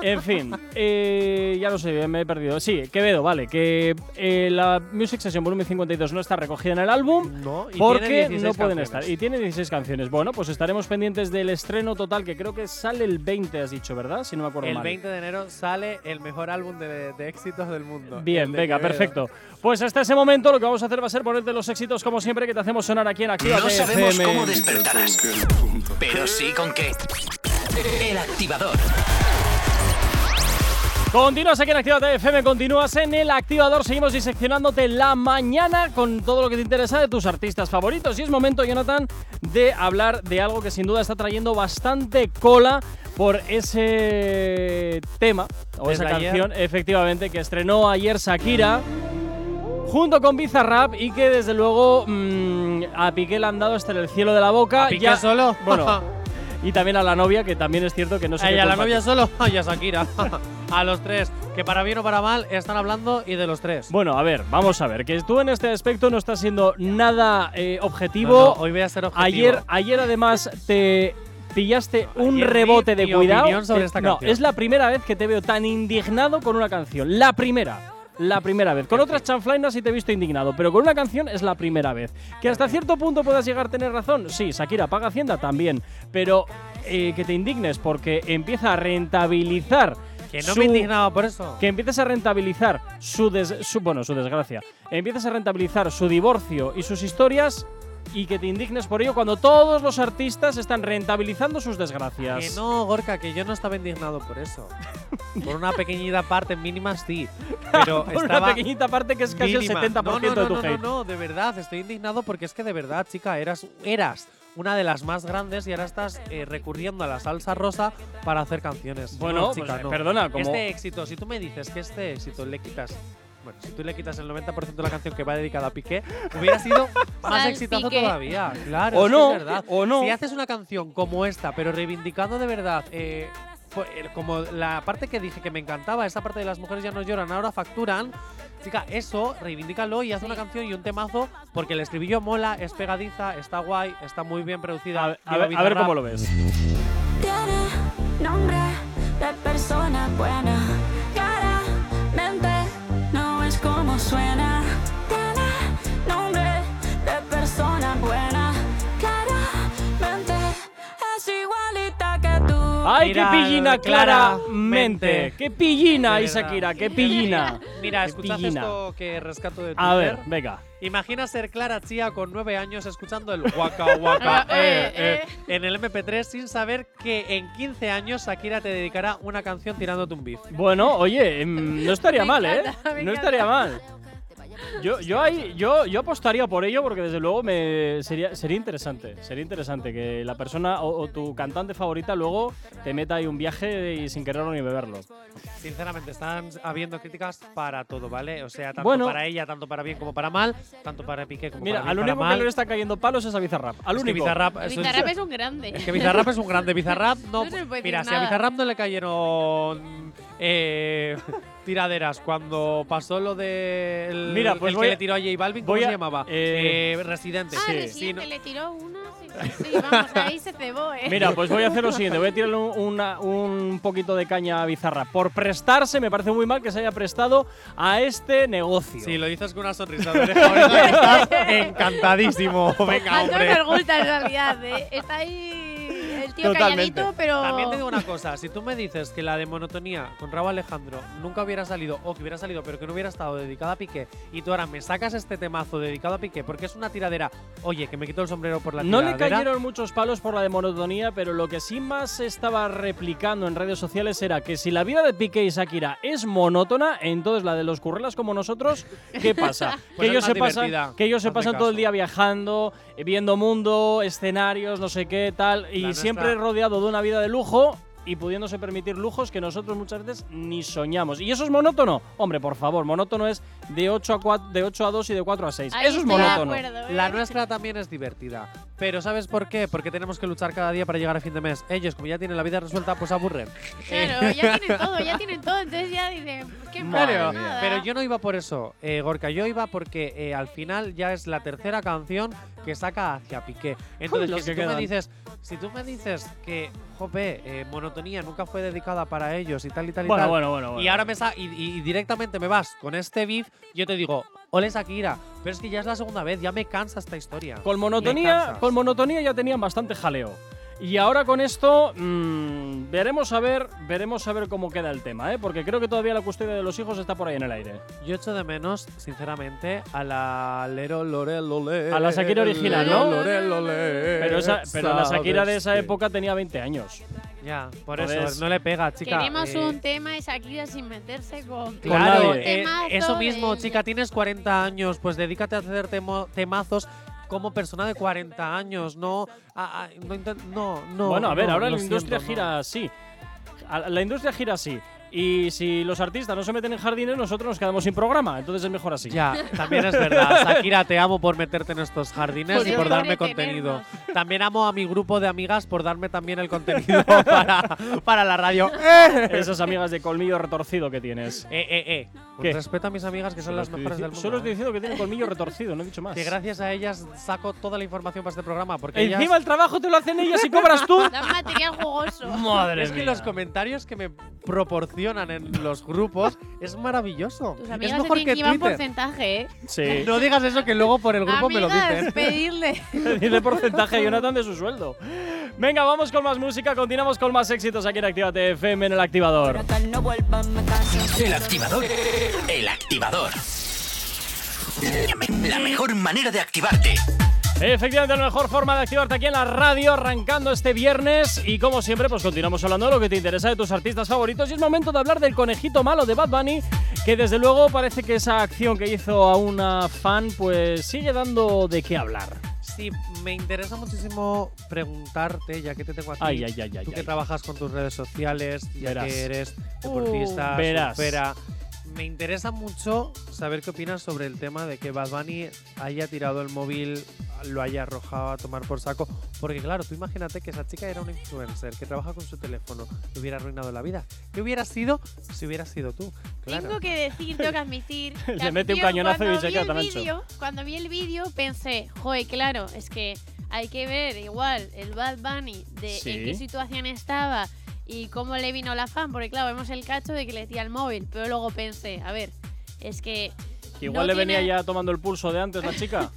Speaker 3: En fin, eh, ya lo sé, me he perdido. Sí, Quevedo, vale, que eh, la Music Session volumen 52 no está recogida en el álbum.
Speaker 4: No, y
Speaker 3: Porque
Speaker 4: tiene
Speaker 3: no
Speaker 4: 16
Speaker 3: pueden
Speaker 4: canciones.
Speaker 3: estar. Y tiene 16 canciones. Bueno, pues estaremos pendientes del estreno total, que creo que sale el 20, has dicho, ¿verdad? Si no me acuerdo
Speaker 4: El
Speaker 3: mal.
Speaker 4: 20 de enero sale el mejor álbum de, de éxitos del mundo.
Speaker 3: Bien,
Speaker 4: el de
Speaker 3: venga,
Speaker 4: Quevedo.
Speaker 3: perfecto. Pues hasta ese momento lo que vamos a hacer va a ser ponerte los éxitos, como siempre, que te hacemos sonar aquí en Activa
Speaker 2: No sabemos
Speaker 3: FM.
Speaker 2: cómo despertarás, pero sí con qué. El activador.
Speaker 3: Continúas aquí en Actívate FM, continúas en el activador, seguimos diseccionándote la mañana con todo lo que te interesa de tus artistas favoritos. Y es momento, Jonathan, de hablar de algo que sin duda está trayendo bastante cola por ese tema o
Speaker 4: Desde
Speaker 3: esa
Speaker 4: ayer.
Speaker 3: canción, efectivamente, que estrenó ayer Shakira. Junto con Bizarrap y que desde luego mm, a Piqué le han dado hasta el cielo de la boca.
Speaker 4: ¿A Piqué
Speaker 3: Ya-
Speaker 4: solo?
Speaker 3: Bueno, y también a la novia, que también es cierto que no se
Speaker 4: A ella, la novia solo y a Shakira. a los tres, que para bien o para mal están hablando y de los tres.
Speaker 3: Bueno, a ver, vamos a ver, que tú en este aspecto no estás siendo nada eh,
Speaker 4: No,
Speaker 3: objetivo.
Speaker 4: no, hoy voy a ser objetivo.
Speaker 3: Ayer, ayer además te pillaste un
Speaker 4: ayer di
Speaker 3: rebote de
Speaker 4: mi
Speaker 3: cuidado.
Speaker 4: opinión sobre
Speaker 3: Eh,
Speaker 4: esta
Speaker 3: no,
Speaker 4: canción.
Speaker 3: es la primera vez que te veo tan indignado con una canción. La primera. La primera vez. Con otras chanflainas sí te he visto indignado, pero con una canción es la primera vez. Que hasta cierto punto puedas llegar a tener razón. Sí, Shakira paga Hacienda también. Pero eh, que te indignes porque empieza a rentabilizar.
Speaker 4: que no
Speaker 3: su-
Speaker 4: me indignaba por eso.
Speaker 3: que empieces a rentabilizar su, des- su- bueno, su desgracia, empieces a rentabilizar su divorcio y sus historias y que te indignes por ello cuando todos los artistas están rentabilizando sus desgracias.
Speaker 4: Que no, Gorka, que yo no estaba indignado por eso. por una pequeñita parte, mínima sí. Pero
Speaker 3: Por
Speaker 4: estaba
Speaker 3: una pequeñita parte que es casi
Speaker 4: mínima.
Speaker 3: el 70%
Speaker 4: No, no,
Speaker 3: de tu
Speaker 4: no, no,
Speaker 3: hate.
Speaker 4: No, no, de verdad, estoy indignado porque es que de verdad, chica, eras, eras una de las más grandes y ahora estás eh, recurriendo a la salsa rosa para hacer canciones.
Speaker 3: Bueno,
Speaker 4: No,
Speaker 3: pues,
Speaker 4: chica,
Speaker 3: eh,
Speaker 4: no.
Speaker 3: perdona, como-
Speaker 4: Este éxito, si tú me dices que este éxito le quitas... Bueno, si tú le quitas el 90% de la canción que va dedicada a Piqué, hubiera sido más
Speaker 1: Sal
Speaker 4: exitoso
Speaker 1: Piqué.
Speaker 4: todavía. Claro,
Speaker 3: O
Speaker 4: es que
Speaker 3: no,
Speaker 4: es verdad.
Speaker 3: o no.
Speaker 4: Si haces una canción como esta, pero reivindicando de verdad, eh, fue- eh, como la parte que dije que me encantaba, esa parte de las mujeres ya no lloran, ahora facturan. Chica, eso, reivindícalo y haz una canción y un temazo, porque el estribillo mola, es pegadiza, está guay, está muy bien producida.
Speaker 3: A, ver- a
Speaker 4: Viva
Speaker 3: ver, a ver
Speaker 4: Bizarrap.
Speaker 3: cómo lo ves.
Speaker 8: Tiene nombre de persona buena. Cara, mente, no es como suena. Tiene nombre de persona buena. Claramente es igualita que tú.
Speaker 3: ¡Ay,
Speaker 4: Mira,
Speaker 3: qué pillina,
Speaker 4: claramente.
Speaker 3: claramente! ¡Qué pillina,
Speaker 4: De verdad.
Speaker 3: Isakira! ¡Qué pillina!
Speaker 4: Mira,
Speaker 3: Qué
Speaker 4: escuchad
Speaker 3: pillina.
Speaker 4: esto que rescato de Twitter.
Speaker 3: A ver, venga.
Speaker 4: Imagina ser Clara Chía con nueve años escuchando el Waka Waka eh, eh, en el MP3 sin saber que en 15 años Shakira te dedicará una canción tirándote un beef.
Speaker 3: Bueno, oye, mm, no estaría
Speaker 1: Me
Speaker 3: mal,
Speaker 1: encanta,
Speaker 3: ¿eh?
Speaker 1: me
Speaker 3: No estaría mal. Yo, yo, ahí, yo, yo apostaría por ello porque desde luego me sería, sería interesante. Sería interesante que la persona o, o tu cantante favorita luego te meta ahí un viaje y sin quererlo ni beberlo.
Speaker 4: Sinceramente, están habiendo críticas para todo, ¿vale? O sea, tanto
Speaker 3: Bueno.
Speaker 4: para ella, tanto para bien como para mal, tanto para Piqué como
Speaker 3: Mira,
Speaker 4: para, bien,
Speaker 3: al
Speaker 4: para
Speaker 3: único que
Speaker 4: mal.
Speaker 3: no le está cayendo palos es a Bizarrap. Al
Speaker 4: Es que
Speaker 3: único.
Speaker 4: Bizarrap es un-
Speaker 1: Bizarrap es un grande.
Speaker 4: Es que Bizarrap es un grande. Bizarrap no.
Speaker 1: No se le puede decir
Speaker 4: mira, si a
Speaker 1: nada.
Speaker 4: Bizarrap no le cayeron eh, tiraderas cuando pasó lo de. el-
Speaker 3: Mira, pues
Speaker 4: el
Speaker 3: voy
Speaker 4: que
Speaker 3: a-
Speaker 4: le tiró a J Balvin, ¿cómo
Speaker 3: voy a-
Speaker 4: se llamaba?
Speaker 3: eh,
Speaker 4: Eh, Residente.
Speaker 1: Ah,
Speaker 3: Sí.
Speaker 1: recién
Speaker 4: Sí, no-
Speaker 1: que le tiró una. Sí, sí, sí, vamos, ahí se cebó, ¿eh?
Speaker 3: Mira, pues voy a hacer lo siguiente, voy a tirarle un, una- un poquito de caña a Bizarra. Por prestarse, me parece muy mal que se haya prestado a este negocio.
Speaker 4: Sí, lo dices con una sonrisa de oreja a oreja, estás encantadísimo. pues Venga,
Speaker 1: A todos
Speaker 4: hombre.
Speaker 1: nos gusta en realidad, ¿eh? Está ahí el tío
Speaker 3: Totalmente.
Speaker 1: calladito, pero.
Speaker 4: También te digo una cosa, si tú me dices que la de monotonía con Raúl Alejandro nunca hubiera salido, o que hubiera salido, pero que no hubiera estado dedicada a Piqué, y tú ahora me sacas este temazo dedicado a Piqué, porque es una tiradera, oye, que me quito el sombrero por la
Speaker 3: No le
Speaker 4: tiradera.
Speaker 3: cayeron muchos palos por la de monotonía, pero lo que sí más se estaba replicando en redes sociales era que si la vida de Piqué y Shakira es monótona, entonces la de los currelas como nosotros, ¿qué pasa? que,
Speaker 4: Pues es
Speaker 3: ellos
Speaker 4: más
Speaker 3: se pasan,
Speaker 4: divertida,
Speaker 3: que ellos se
Speaker 4: hazme
Speaker 3: pasan todo el
Speaker 4: caso.
Speaker 3: día viajando, eh, viendo mundo, escenarios, no sé qué, tal, y
Speaker 4: nuestra-
Speaker 3: siempre rodeado de una vida de lujo y pudiéndose permitir lujos que nosotros muchas veces ni soñamos. ¿Y eso es monótono? Hombre, por favor, monótono es de 8 a, cua- de 8 a 2 y de 4 a 6.
Speaker 1: Ahí
Speaker 3: eso es
Speaker 1: estoy de
Speaker 3: monótono.
Speaker 1: acuerdo, ¿eh?
Speaker 4: La nuestra también es divertida. Pero ¿sabes por qué? Porque tenemos que luchar cada día para llegar a fin de mes. Ellos, como ya tienen la vida resuelta, pues aburren.
Speaker 1: Claro,
Speaker 4: Eh.
Speaker 1: ya tienen todo, ya tienen todo, entonces ya dicen, pues qué mal,
Speaker 4: Claro,
Speaker 1: nada.
Speaker 4: pero yo no iba por eso, eh, Gorka. Yo iba porque eh, al final ya es la tercera canción que saca hacia Piqué. Entonces,
Speaker 3: los
Speaker 4: que si,
Speaker 3: que
Speaker 4: tú me
Speaker 3: quedan.
Speaker 4: dices, si tú me dices que, jope, eh, monotonía nunca fue dedicada para ellos y tal y tal y
Speaker 3: Bueno,
Speaker 4: tal.
Speaker 3: bueno, bueno, bueno.
Speaker 4: Y ahora me sa- y, y- y directamente me vas con este beef, yo te digo, ole Shakira, pero es que ya es la segunda vez, ya me cansa esta historia.
Speaker 3: Con
Speaker 4: Me
Speaker 3: monotonía,
Speaker 4: cansas.
Speaker 3: con monotonía ya tenían bastante jaleo. Y ahora con esto mm, veremos a ver, veremos a ver cómo queda el tema, ¿eh? Porque creo que todavía la custodia de los hijos está por ahí en el aire.
Speaker 4: Yo echo de menos, sinceramente, a la Lero Lorel Ole.
Speaker 3: A la Shakira original, ¿no?
Speaker 4: Lorel Ole.
Speaker 3: Pero, esa, pero la Shakira de
Speaker 4: Sabes
Speaker 3: esa
Speaker 4: que-
Speaker 3: época tenía 20 años.
Speaker 4: Ya, por
Speaker 3: Entonces-
Speaker 4: eso, no le pega, chica.
Speaker 1: Queremos
Speaker 4: eh,
Speaker 1: un tema de Shakira sin meterse con.
Speaker 4: Claro,
Speaker 3: nadie.
Speaker 4: eh,
Speaker 1: Temazo
Speaker 4: eso mismo,
Speaker 1: del-
Speaker 4: chica, tienes 40 años, pues dedícate a hacer temo- temazos como persona de 40 años, no. a- a- no, intent- no, no.
Speaker 3: bueno, a ver,
Speaker 4: no,
Speaker 3: ahora
Speaker 4: lo
Speaker 3: la industria
Speaker 4: siento, no.
Speaker 3: gira así. A- La industria gira así. Y si los artistas no se meten en jardines, nosotros nos quedamos sin programa. Entonces es mejor así.
Speaker 4: Ya, también es verdad. Shakira, te amo por meterte en estos jardines
Speaker 1: Por
Speaker 4: y
Speaker 1: eso
Speaker 4: por darme contenido.
Speaker 1: entretenernos.
Speaker 4: También amo a mi grupo de amigas por darme también el contenido para, para la radio.
Speaker 1: Eh,
Speaker 3: Esas amigas de colmillo retorcido que tienes.
Speaker 4: Eh, eh, eh. Con
Speaker 3: ¿Qué?
Speaker 4: respeto a mis amigas que son
Speaker 3: Solo
Speaker 4: las
Speaker 3: estoy
Speaker 4: mejores
Speaker 3: dici-
Speaker 4: del mundo.
Speaker 3: Solo estoy
Speaker 4: ¿eh?
Speaker 3: diciendo que tiene colmillo retorcido, no he dicho más.
Speaker 4: Que gracias a ellas saco toda la información para este programa. Porque ellas-
Speaker 3: Encima el trabajo te lo hacen ellas y cobras tú.
Speaker 1: Dan material jugoso.
Speaker 3: Madre
Speaker 4: es que
Speaker 3: mía.
Speaker 4: los comentarios que me proporcionan en los grupos es maravilloso.
Speaker 1: Tus
Speaker 4: es
Speaker 1: amigas se
Speaker 4: mejor
Speaker 1: tienen
Speaker 4: que
Speaker 1: que llevar
Speaker 4: Twitter.
Speaker 1: porcentaje, ¿eh?
Speaker 3: Sí.
Speaker 4: No digas eso que luego por el grupo me lo
Speaker 1: Amigas,
Speaker 4: dicen.
Speaker 1: pedirle.
Speaker 3: Dile porcentaje a Jonathan de su sueldo. Venga, vamos con más música, continuamos con más éxitos aquí en Actívate FM en el activador.
Speaker 8: No vuelvas, me canso.
Speaker 2: El activador. El activador. La mejor manera de activarte.
Speaker 3: Efectivamente, la mejor forma de activarte aquí en la radio, arrancando este viernes. Y como siempre, pues continuamos hablando de lo que te interesa de tus artistas favoritos. Y es momento de hablar del conejito malo de Bad Bunny, que desde luego parece que esa acción que hizo a una fan, pues sigue dando de qué hablar.
Speaker 4: Sí, me interesa muchísimo preguntarte, ya que te tengo aquí.
Speaker 3: Ay, ay, ay, ay,
Speaker 4: tú que
Speaker 3: ay.
Speaker 4: trabajas con tus redes sociales, ya
Speaker 3: Verás.
Speaker 4: que eres deportista,
Speaker 3: Uh, verás.
Speaker 4: surfera, Me interesa mucho saber qué opinas sobre el tema de que Bad Bunny haya tirado el móvil, lo haya arrojado a tomar por saco. Porque claro, tú imagínate que esa chica era una influencer que trabaja con su teléfono, le hubiera arruinado la vida. ¿Qué hubiera sido si hubiera sido tú? Claro.
Speaker 1: Tengo que decir, tengo que admitir. que
Speaker 3: Le
Speaker 1: al
Speaker 3: mete un
Speaker 1: tío,
Speaker 3: cañonazo y
Speaker 1: cuando
Speaker 3: se
Speaker 1: vi
Speaker 3: queda
Speaker 1: el
Speaker 3: tan ancho.
Speaker 1: vídeo- Cuando vi el vídeo pensé, joder, claro, es que hay que ver igual el Bad Bunny de
Speaker 3: Sí.
Speaker 1: en qué situación estaba y cómo le vino la fan, porque claro, vemos el cacho de que le tira el móvil, pero luego pensé, a ver, es que
Speaker 3: Que igual le
Speaker 1: No
Speaker 3: venía
Speaker 1: tiene-
Speaker 3: ya tomando el pulso de antes la chica.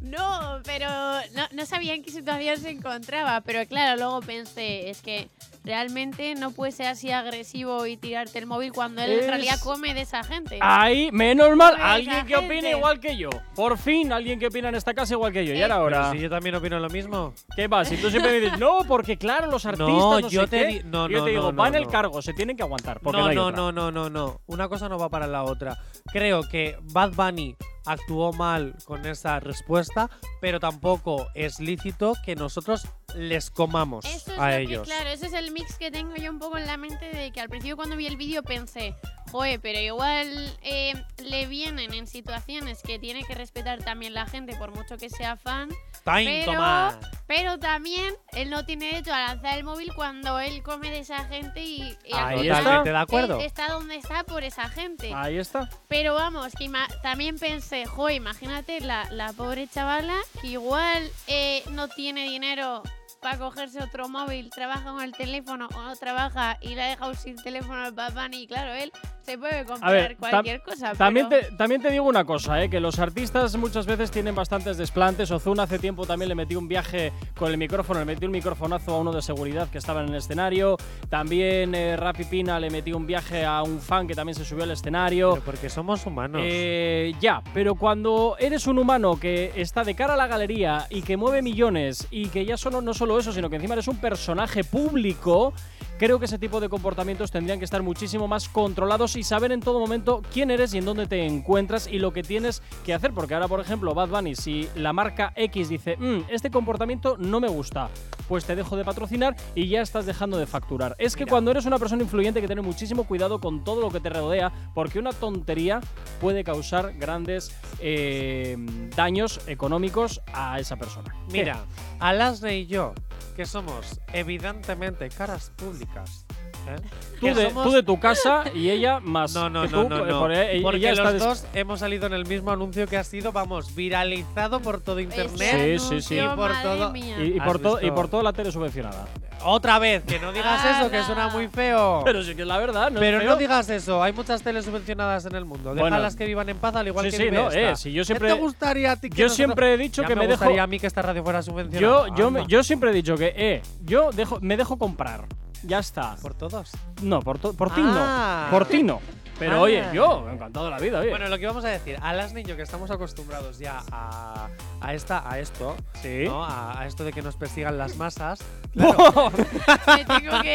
Speaker 1: no, pero no, no sabía en qué situación se encontraba, pero claro, luego pensé, es que realmente no puedes ser así agresivo y tirarte el móvil cuando él en
Speaker 3: Es-
Speaker 1: realidad come de esa gente.
Speaker 3: Ahí, menos mal,
Speaker 1: Esa
Speaker 3: alguien que opine
Speaker 1: gente.
Speaker 3: igual que yo. Por fin, alguien que opina en esta casa igual que yo. Y ahora,
Speaker 4: Pero
Speaker 3: ahora.
Speaker 4: si yo también opino lo mismo.
Speaker 3: ¿Qué va? Si tú siempre me dices, no, porque claro, los artistas. No,
Speaker 4: No, yo
Speaker 3: sé
Speaker 4: te
Speaker 3: qué".
Speaker 4: di- no,
Speaker 3: Y yo
Speaker 4: no,
Speaker 3: te digo,
Speaker 4: no, no,
Speaker 3: van el
Speaker 4: no.
Speaker 3: cargo, se tienen que aguantar. Porque no,
Speaker 4: no,
Speaker 3: hay
Speaker 4: no,
Speaker 3: otra.
Speaker 4: no, no, no, no. Una cosa no va para la otra. Creo que Bad Bunny actuó mal con esa respuesta, pero tampoco es lícito que nosotros les comamos
Speaker 1: Eso es
Speaker 4: a
Speaker 1: lo que-
Speaker 4: ellos.
Speaker 1: claro, ese es el mix que tengo yo un poco en la mente de que al principio cuando vi el vídeo pensé, joder, pero igual eh, le vienen en situaciones que tiene que respetar también la gente por mucho que sea fan,
Speaker 4: Time,
Speaker 1: pero,
Speaker 4: toma.
Speaker 1: pero también él no tiene derecho a lanzar el móvil cuando él come de esa gente y, y al
Speaker 3: Ahí
Speaker 1: final
Speaker 3: está.
Speaker 4: Totalmente de acuerdo.
Speaker 1: Él está donde está por esa gente.
Speaker 3: Ahí está.
Speaker 1: Pero vamos, que ima- también pensé, jo, imagínate la, la pobre chavala que igual eh, no tiene dinero para cogerse otro móvil, trabaja con el teléfono o no trabaja y la ha dejado sin teléfono al papá y claro, él se puede comprar
Speaker 3: ver, tam-
Speaker 1: cualquier cosa.
Speaker 3: También
Speaker 1: Ah, pero-
Speaker 3: te, también te digo una cosa, ¿eh? que los artistas muchas veces tienen bastantes desplantes. Ozuna hace tiempo también le metió un viaje con el micrófono, le metió un microfonazo a uno de seguridad que estaba en el escenario. También eh, Rappi Pina le metió un viaje a un fan que también se subió al escenario.
Speaker 4: Pero porque somos humanos.
Speaker 3: Eh, ya, pero cuando eres un humano que está de cara a la galería y que mueve millones y que ya solo, no solo eso, sino que encima eres un personaje público, creo que ese tipo de comportamientos tendrían que estar muchísimo más controlados y saber en todo momento quién eres y en dónde te encuentras y lo que tienes que hacer. Porque ahora, por ejemplo, Bad Bunny, si la marca X dice, "Mm, este comportamiento no me gusta, pues te dejo de patrocinar y ya estás dejando de facturar. Es que cuando eres una persona influyente hay que tener muchísimo cuidado con todo lo que te rodea, porque una tontería puede causar grandes eh, daños económicos a esa persona. ¿Qué?
Speaker 4: Mira, Alasne y yo, que somos evidentemente caras públicas. ¿eh?
Speaker 3: tú
Speaker 4: que
Speaker 3: de,
Speaker 4: somos-
Speaker 3: tú de tu casa y ella más.
Speaker 4: No, no,
Speaker 3: que
Speaker 4: no,
Speaker 3: tú,
Speaker 4: no,
Speaker 3: eh,
Speaker 4: no.
Speaker 3: por- eh,
Speaker 4: Porque
Speaker 3: ella está
Speaker 4: los
Speaker 3: des-
Speaker 4: dos hemos salido en el mismo anuncio que ha sido, vamos, viralizado por todo internet.
Speaker 1: Ese
Speaker 3: Sí, sí, sí.
Speaker 1: anuncio,
Speaker 4: Y por
Speaker 1: madre
Speaker 4: todo-
Speaker 1: mía.
Speaker 3: y, y
Speaker 4: ¿Has
Speaker 3: por todo- y
Speaker 4: visto?
Speaker 3: por toda la tele subvencionada.
Speaker 4: Otra vez, que no digas eso, que
Speaker 1: Ala.
Speaker 4: suena muy feo.
Speaker 3: Pero sí que es la verdad, ¿no? es
Speaker 4: Pero
Speaker 3: feo.
Speaker 4: no digas eso, hay muchas teles subvencionadas en el mundo.
Speaker 3: Bueno.
Speaker 4: Déjalas que vivan en paz, al igual
Speaker 3: Sí,
Speaker 4: que
Speaker 3: sí,
Speaker 4: vive
Speaker 3: no,
Speaker 4: esta.
Speaker 3: eh, si yo
Speaker 4: ¿Qué
Speaker 3: siempre-
Speaker 4: te gustaría a ti que
Speaker 3: Yo
Speaker 4: nosotros-
Speaker 3: siempre he dicho
Speaker 4: Ya
Speaker 3: que me dejo.
Speaker 4: gustaría a mí que esta radio fuera subvencionada.
Speaker 3: Yo, yo, me-
Speaker 4: Anda.
Speaker 3: yo siempre he dicho que, eh, yo dejo, me dejo comprar. Ya está.
Speaker 4: Por todos.
Speaker 3: no, por, to- por ti
Speaker 4: Ah.
Speaker 3: no. Por ti no. Pero
Speaker 4: Ah.
Speaker 3: oye, yo, encantado de la vida, oye.
Speaker 4: Bueno, lo que vamos a decir, a las niños que estamos acostumbrados ya a, a esta, a esto,
Speaker 3: sí.
Speaker 4: ¿no? A, a esto de que nos persigan las masas.
Speaker 1: Me tengo que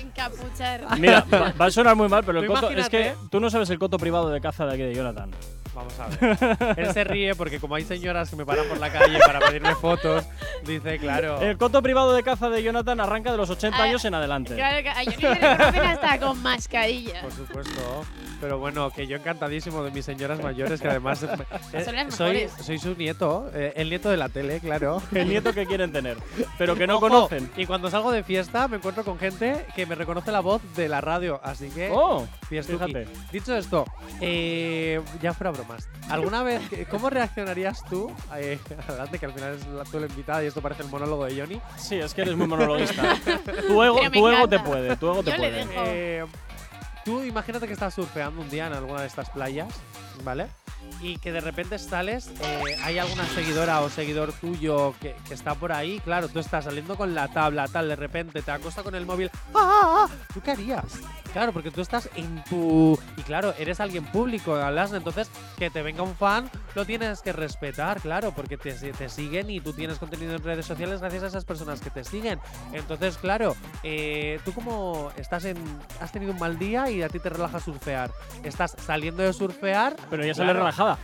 Speaker 1: encapuchar.
Speaker 3: Mira, va, va a sonar muy mal, pero el
Speaker 4: Tú
Speaker 3: coto. Es que
Speaker 4: imagínate.
Speaker 3: tú no sabes el coto privado de caza de aquí de Jonathan.
Speaker 4: Vamos a ver. Él se ríe porque como hay señoras que me paran por la calle para pedirme fotos, dice, claro.
Speaker 3: El coto privado de caza de Jonathan arranca de los 80
Speaker 1: Ah,
Speaker 3: años en adelante.
Speaker 1: Claro que a Johnny le reconocen hasta con mascarilla.
Speaker 4: Por supuesto. Pero bueno, que yo encantadísimo de mis señoras mayores, que además eh,
Speaker 1: Son las
Speaker 4: soy,
Speaker 1: mejores.
Speaker 4: soy su nieto, eh, el nieto de la tele, claro.
Speaker 3: El nieto que quieren tener, pero que no
Speaker 4: Ojo,
Speaker 3: conocen.
Speaker 4: Y cuando salgo de fiesta me encuentro con gente que me reconoce la voz de la radio, así que...
Speaker 3: Oh,
Speaker 4: fiestuki.
Speaker 3: fíjate.
Speaker 4: Dicho esto, eh, ya fuera bromas. ¿Alguna vez, cómo reaccionarías tú? Eh, adelante, que al final es la, tú la invitada y esto parece el monólogo de Johnny.
Speaker 3: Sí, es que eres muy monologuista. tu ego,
Speaker 1: Pero me
Speaker 3: tu ego te
Speaker 1: encanta.
Speaker 3: puede, tu ego te
Speaker 1: Yo le
Speaker 3: puede.
Speaker 1: dejo.
Speaker 4: Eh, tú imagínate que estás surfeando un día en alguna de estas playas, ¿vale? Y que de repente sales, eh, hay alguna seguidora o seguidor tuyo que, que está por ahí, claro, tú estás saliendo con la tabla, tal, de repente te acosta con el móvil, ¡ah! ah, ah! ¿Tú qué harías? Claro, porque tú estás en tu... Y claro, eres alguien público, hablas, entonces que te venga un fan lo tienes que respetar, claro, porque te, te siguen y tú tienes contenido en redes sociales gracias a esas personas que te siguen. Entonces, claro, eh, tú como estás en... Has tenido un mal día y a ti te relaja surfear. Estás saliendo de surfear...
Speaker 3: Pero ya sale
Speaker 4: claro.
Speaker 3: relajada.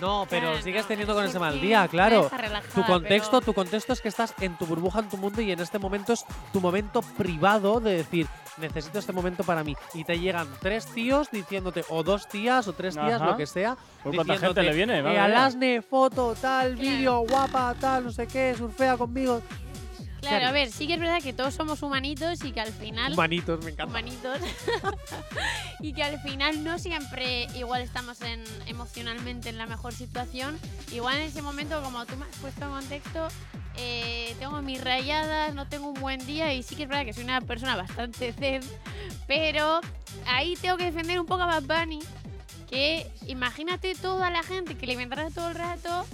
Speaker 4: No, pero
Speaker 1: Claro,
Speaker 4: sigues
Speaker 1: no,
Speaker 4: teniendo con ese mal
Speaker 1: porque
Speaker 4: día,
Speaker 1: me
Speaker 4: claro.
Speaker 1: deja relajada,
Speaker 3: Ah,
Speaker 4: Tu contexto,
Speaker 1: pero-
Speaker 4: tu contexto es que estás en tu burbuja, en tu mundo y en este momento es tu momento privado de decir, necesito este momento para mí. Y te llegan tres tíos diciéndote, o dos tías, o tres tías,
Speaker 3: Ajá.
Speaker 4: lo que sea.
Speaker 3: Uy, cuánta gente
Speaker 4: diciéndote,
Speaker 3: le viene,
Speaker 4: "Eh,
Speaker 3: madre mía".
Speaker 4: Alasne, foto, tal,
Speaker 1: Claro.
Speaker 4: vídeo, guapa, tal, no sé qué, surfea conmigo.
Speaker 1: Claro, a ver, sí que es verdad que todos somos humanitos y que al final
Speaker 4: Humanitos, me encanta.
Speaker 1: humanitos y que al final no siempre igual estamos en, emocionalmente en la mejor situación. Igual en ese momento, como tú me has puesto en contexto, eh, tengo mis rayadas, no tengo un buen día y sí que es verdad que soy una persona bastante zen, pero ahí tengo que defender un poco a Bad Bunny, que imagínate toda la gente que le vendrá todo el rato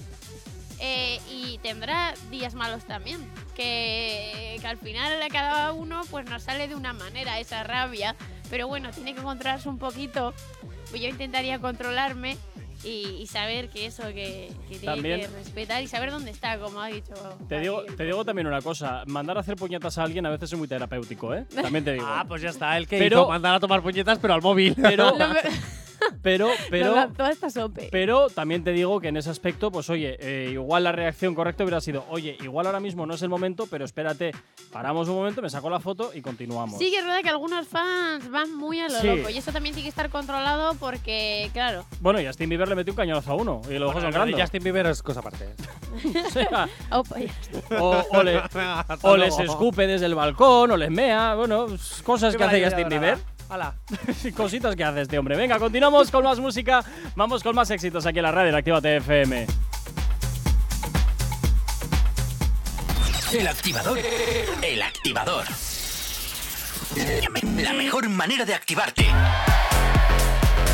Speaker 1: eh, y tendrá días malos también. Que, que al final a cada uno pues nos sale de una manera esa rabia. Pero bueno, tiene que controlarse un poquito. Pues yo intentaría controlarme y, y saber que eso, que, que tiene que
Speaker 3: También-
Speaker 1: respetar y saber dónde está, como ha dicho.
Speaker 3: Te digo,
Speaker 1: Gabriel.
Speaker 3: te digo también una cosa, mandar a hacer puñetas a alguien a veces es muy terapéutico, ¿eh? También te digo.
Speaker 4: Ah, pues ya está, el que
Speaker 3: Pero-
Speaker 4: hizo mandar a tomar puñetas, pero al móvil.
Speaker 3: Pero,
Speaker 1: Lo me-
Speaker 4: pues,
Speaker 3: pero,
Speaker 1: lo
Speaker 3: pero,
Speaker 1: lanzó hasta sope.
Speaker 3: pero también te digo que en ese aspecto, pues oye, eh, igual la reacción correcta hubiera sido, oye, igual ahora mismo no es el momento, pero espérate, paramos un momento, me saco la foto y continuamos.
Speaker 1: Sí, que es verdad que algunos fans van muy a lo
Speaker 3: Sí.
Speaker 1: loco y eso también tiene que estar controlado porque, claro,
Speaker 3: Bueno, y a Steam Bieber le metió un cañonazo a uno y los ojos son
Speaker 4: Bueno, lo de
Speaker 3: grandes.
Speaker 4: Justin Bieber es cosa aparte.
Speaker 3: O sea,
Speaker 1: opa, ya está.
Speaker 3: o, o le-
Speaker 4: Venga, hasta
Speaker 3: o les
Speaker 4: luego.
Speaker 3: escupe desde el balcón, o les mea, bueno, cosas que hace Justin Bieber.
Speaker 4: Hala.
Speaker 3: Cositas que hace este hombre. Venga, continuamos con más música. Vamos con más éxitos aquí en la radio en Actívate FM.
Speaker 2: El activador. El activador. La me- La mejor manera de activarte.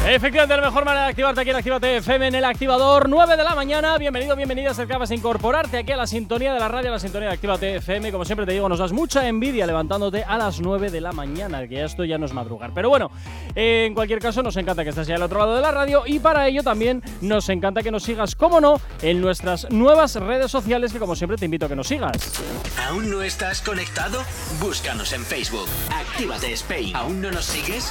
Speaker 3: Efectivamente, la mejor manera de activarte aquí en Actívate FM en el activador. 9 de la mañana. Bienvenido, bienvenida. Si acabas de incorporarte aquí a la sintonía de la radio, a la sintonía de Actívate FM. Como siempre te digo, nos das mucha envidia levantándote a las 9 de la mañana, que ya esto ya no es madrugar. Pero bueno, eh, en cualquier caso, nos encanta que estés ya al otro lado de la radio y para ello también nos encanta que nos sigas, como no, en nuestras nuevas redes sociales, que como siempre te invito a que nos sigas.
Speaker 2: ¿Aún no estás conectado? Búscanos en Facebook. Actívate Spain. ¿Aún no nos sigues?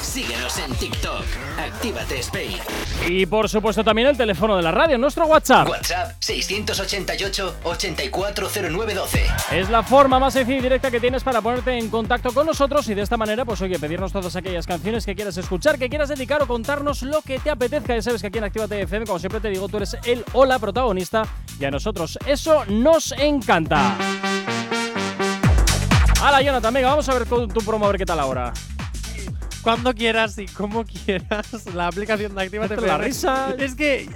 Speaker 2: Síguenos en TikTok. Actívate Spain.
Speaker 3: Y por supuesto también el teléfono de la radio, nuestro WhatsApp.
Speaker 2: WhatsApp 688 840912.
Speaker 3: Es la forma más sencilla y directa que tienes para ponerte en contacto con nosotros y de esta manera, pues oye, pedirnos todas aquellas canciones que quieras escuchar, que quieras dedicar o contarnos lo que te apetezca. Ya sabes que aquí en Actívate FM, como siempre te digo, tú eres el o la protagonista y a nosotros eso nos encanta. Hala, Jonathan, venga, vamos a ver tu, tu promo, a ver qué tal ahora.
Speaker 4: Cuando quieras y como quieras, la aplicación de Activa
Speaker 3: Esto es la risa.
Speaker 4: Es que,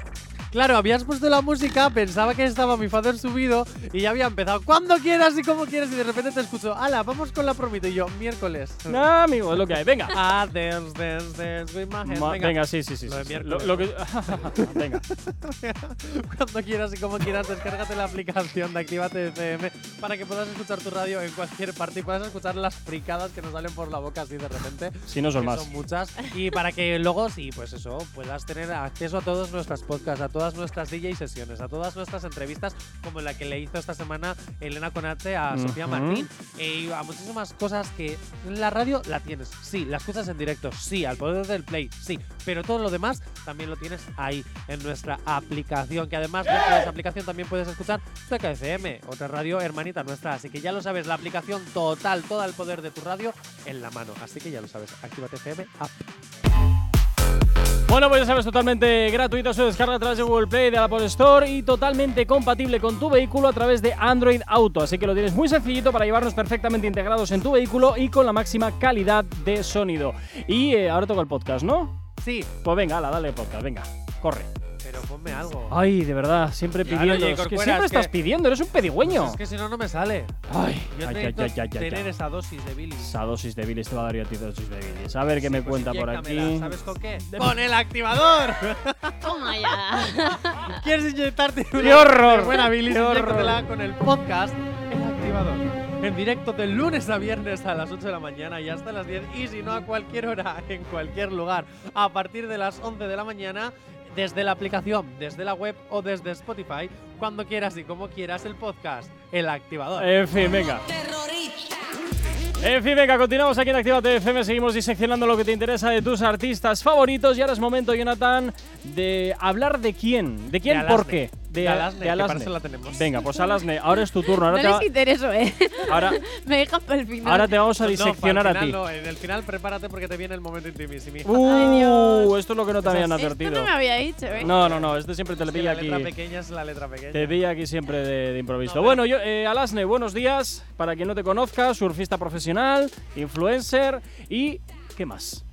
Speaker 4: claro, habías puesto la música, pensaba que estaba mi father subido y ya había empezado. Cuando quieras y como quieras, y de repente te escucho, ala, vamos con la promito. Y yo, miércoles.
Speaker 3: Nah, amigo, es lo que hay, venga.
Speaker 4: Ah, dance, dance, dance, with my hands.
Speaker 3: Ma-
Speaker 4: venga.
Speaker 3: venga, sí, sí, sí.
Speaker 4: Lo de
Speaker 3: sí, sí.
Speaker 4: miércoles.
Speaker 3: que- venga.
Speaker 4: Cuando quieras y como quieras, descárgate la aplicación de Actívate FM para que puedas escuchar tu radio en cualquier parte y puedas escuchar las fricadas que nos salen por la boca así de repente.
Speaker 3: Si no son
Speaker 4: que
Speaker 3: más.
Speaker 4: Son muchas. Y para que luego, sí, pues eso, puedas tener acceso a todos nuestras podcasts, a todas nuestras DJ sesiones, a todas nuestras entrevistas, como la que le hizo esta semana Elena Conate a Sofía
Speaker 3: Ujú.
Speaker 4: Martín, Eh, y a muchísimas cosas que en la radio la tienes, sí, las cosas en directo, sí, al poder del play, sí, pero todo lo demás también lo tienes ahí, en nuestra aplicación, que además dentro de esa aplicación también puedes escuchar Sueca FM, otra radio hermanita nuestra, así que ya lo sabes, la aplicación total, todo el poder de tu radio en la mano, así que ya lo sabes, Actívate FM, app.
Speaker 3: Bueno, pues ya sabes, totalmente gratuito su descarga a través de Google Play, de la Apple Store y totalmente compatible con tu vehículo a través de Android Auto. Así que lo tienes muy sencillito para llevarnos perfectamente integrados en tu vehículo y con la máxima calidad de sonido. Y eh, ahora toca el podcast, ¿no?
Speaker 4: Sí,
Speaker 3: Pues venga, hala, dale podcast, venga, corre.
Speaker 4: pero ponme algo.
Speaker 3: Ay, de verdad, siempre
Speaker 4: Claro,
Speaker 3: pidiendo.
Speaker 4: oye,
Speaker 3: es que
Speaker 4: Corcuera,
Speaker 3: siempre
Speaker 4: es que- pues
Speaker 3: estás pidiendo, eres un pedigüeño.
Speaker 4: Es que si no, no me sale.
Speaker 3: Ay,
Speaker 4: Yo
Speaker 3: ay, ay,
Speaker 4: necesito
Speaker 3: ay, ay, ay,
Speaker 4: tener
Speaker 3: ay.
Speaker 4: esa dosis de Billy.
Speaker 3: Esa dosis de bilis te va a dar yo a ti dosis de bilis. A ver qué
Speaker 4: pues
Speaker 3: me cuenta por aquí.
Speaker 4: ¿Sabes con qué? ¡Con el activador!
Speaker 1: Toma ya.
Speaker 4: ¿Quieres inyectarte una
Speaker 3: ¡Qué horror!
Speaker 4: buena bilis?
Speaker 3: ¡Qué horror!
Speaker 4: Inyéctatela con el podcast El Activador. En directo de lunes a viernes a las 8 de la mañana y hasta las 10. Y si no, a cualquier hora, en cualquier lugar. A partir de las 11 de la mañana, desde la aplicación, desde la web o desde Spotify, cuando quieras y como quieras, el podcast El Activador.
Speaker 3: En fin, venga. En fin, venga, continuamos aquí en Actívate FM, seguimos diseccionando lo que te interesa de tus artistas favoritos y ahora es momento, Jonathan, de hablar de quién, de quién,
Speaker 4: De
Speaker 3: por
Speaker 4: Alasne.
Speaker 3: qué,
Speaker 4: De Alasne, que para eso la tenemos.
Speaker 3: Venga, pues Alasne, ahora es tu turno,
Speaker 1: No
Speaker 3: ahora, te, va-
Speaker 1: les intereso, ¿eh?
Speaker 3: ahora,
Speaker 1: Me dejan para el final.
Speaker 3: ahora te vamos a
Speaker 4: No,
Speaker 3: diseccionar
Speaker 4: al
Speaker 3: a
Speaker 4: final
Speaker 3: ti.
Speaker 4: No, en el final prepárate porque te viene el momento intimísimo.
Speaker 3: Uh, esto es lo que no te habían
Speaker 1: Esto
Speaker 3: advertido.
Speaker 1: no me había dicho, ¿eh?
Speaker 3: No, no, no, este siempre te le
Speaker 4: Es que
Speaker 3: pilla
Speaker 4: la
Speaker 3: aquí.
Speaker 4: letra pequeña es la letra pequeña.
Speaker 3: Te vi aquí siempre de, de improviso.
Speaker 4: No, pero-
Speaker 3: bueno, yo, eh, Alasne, buenos días. Para quien no te conozca, surfista profesional, influencer y. ¿Qué más?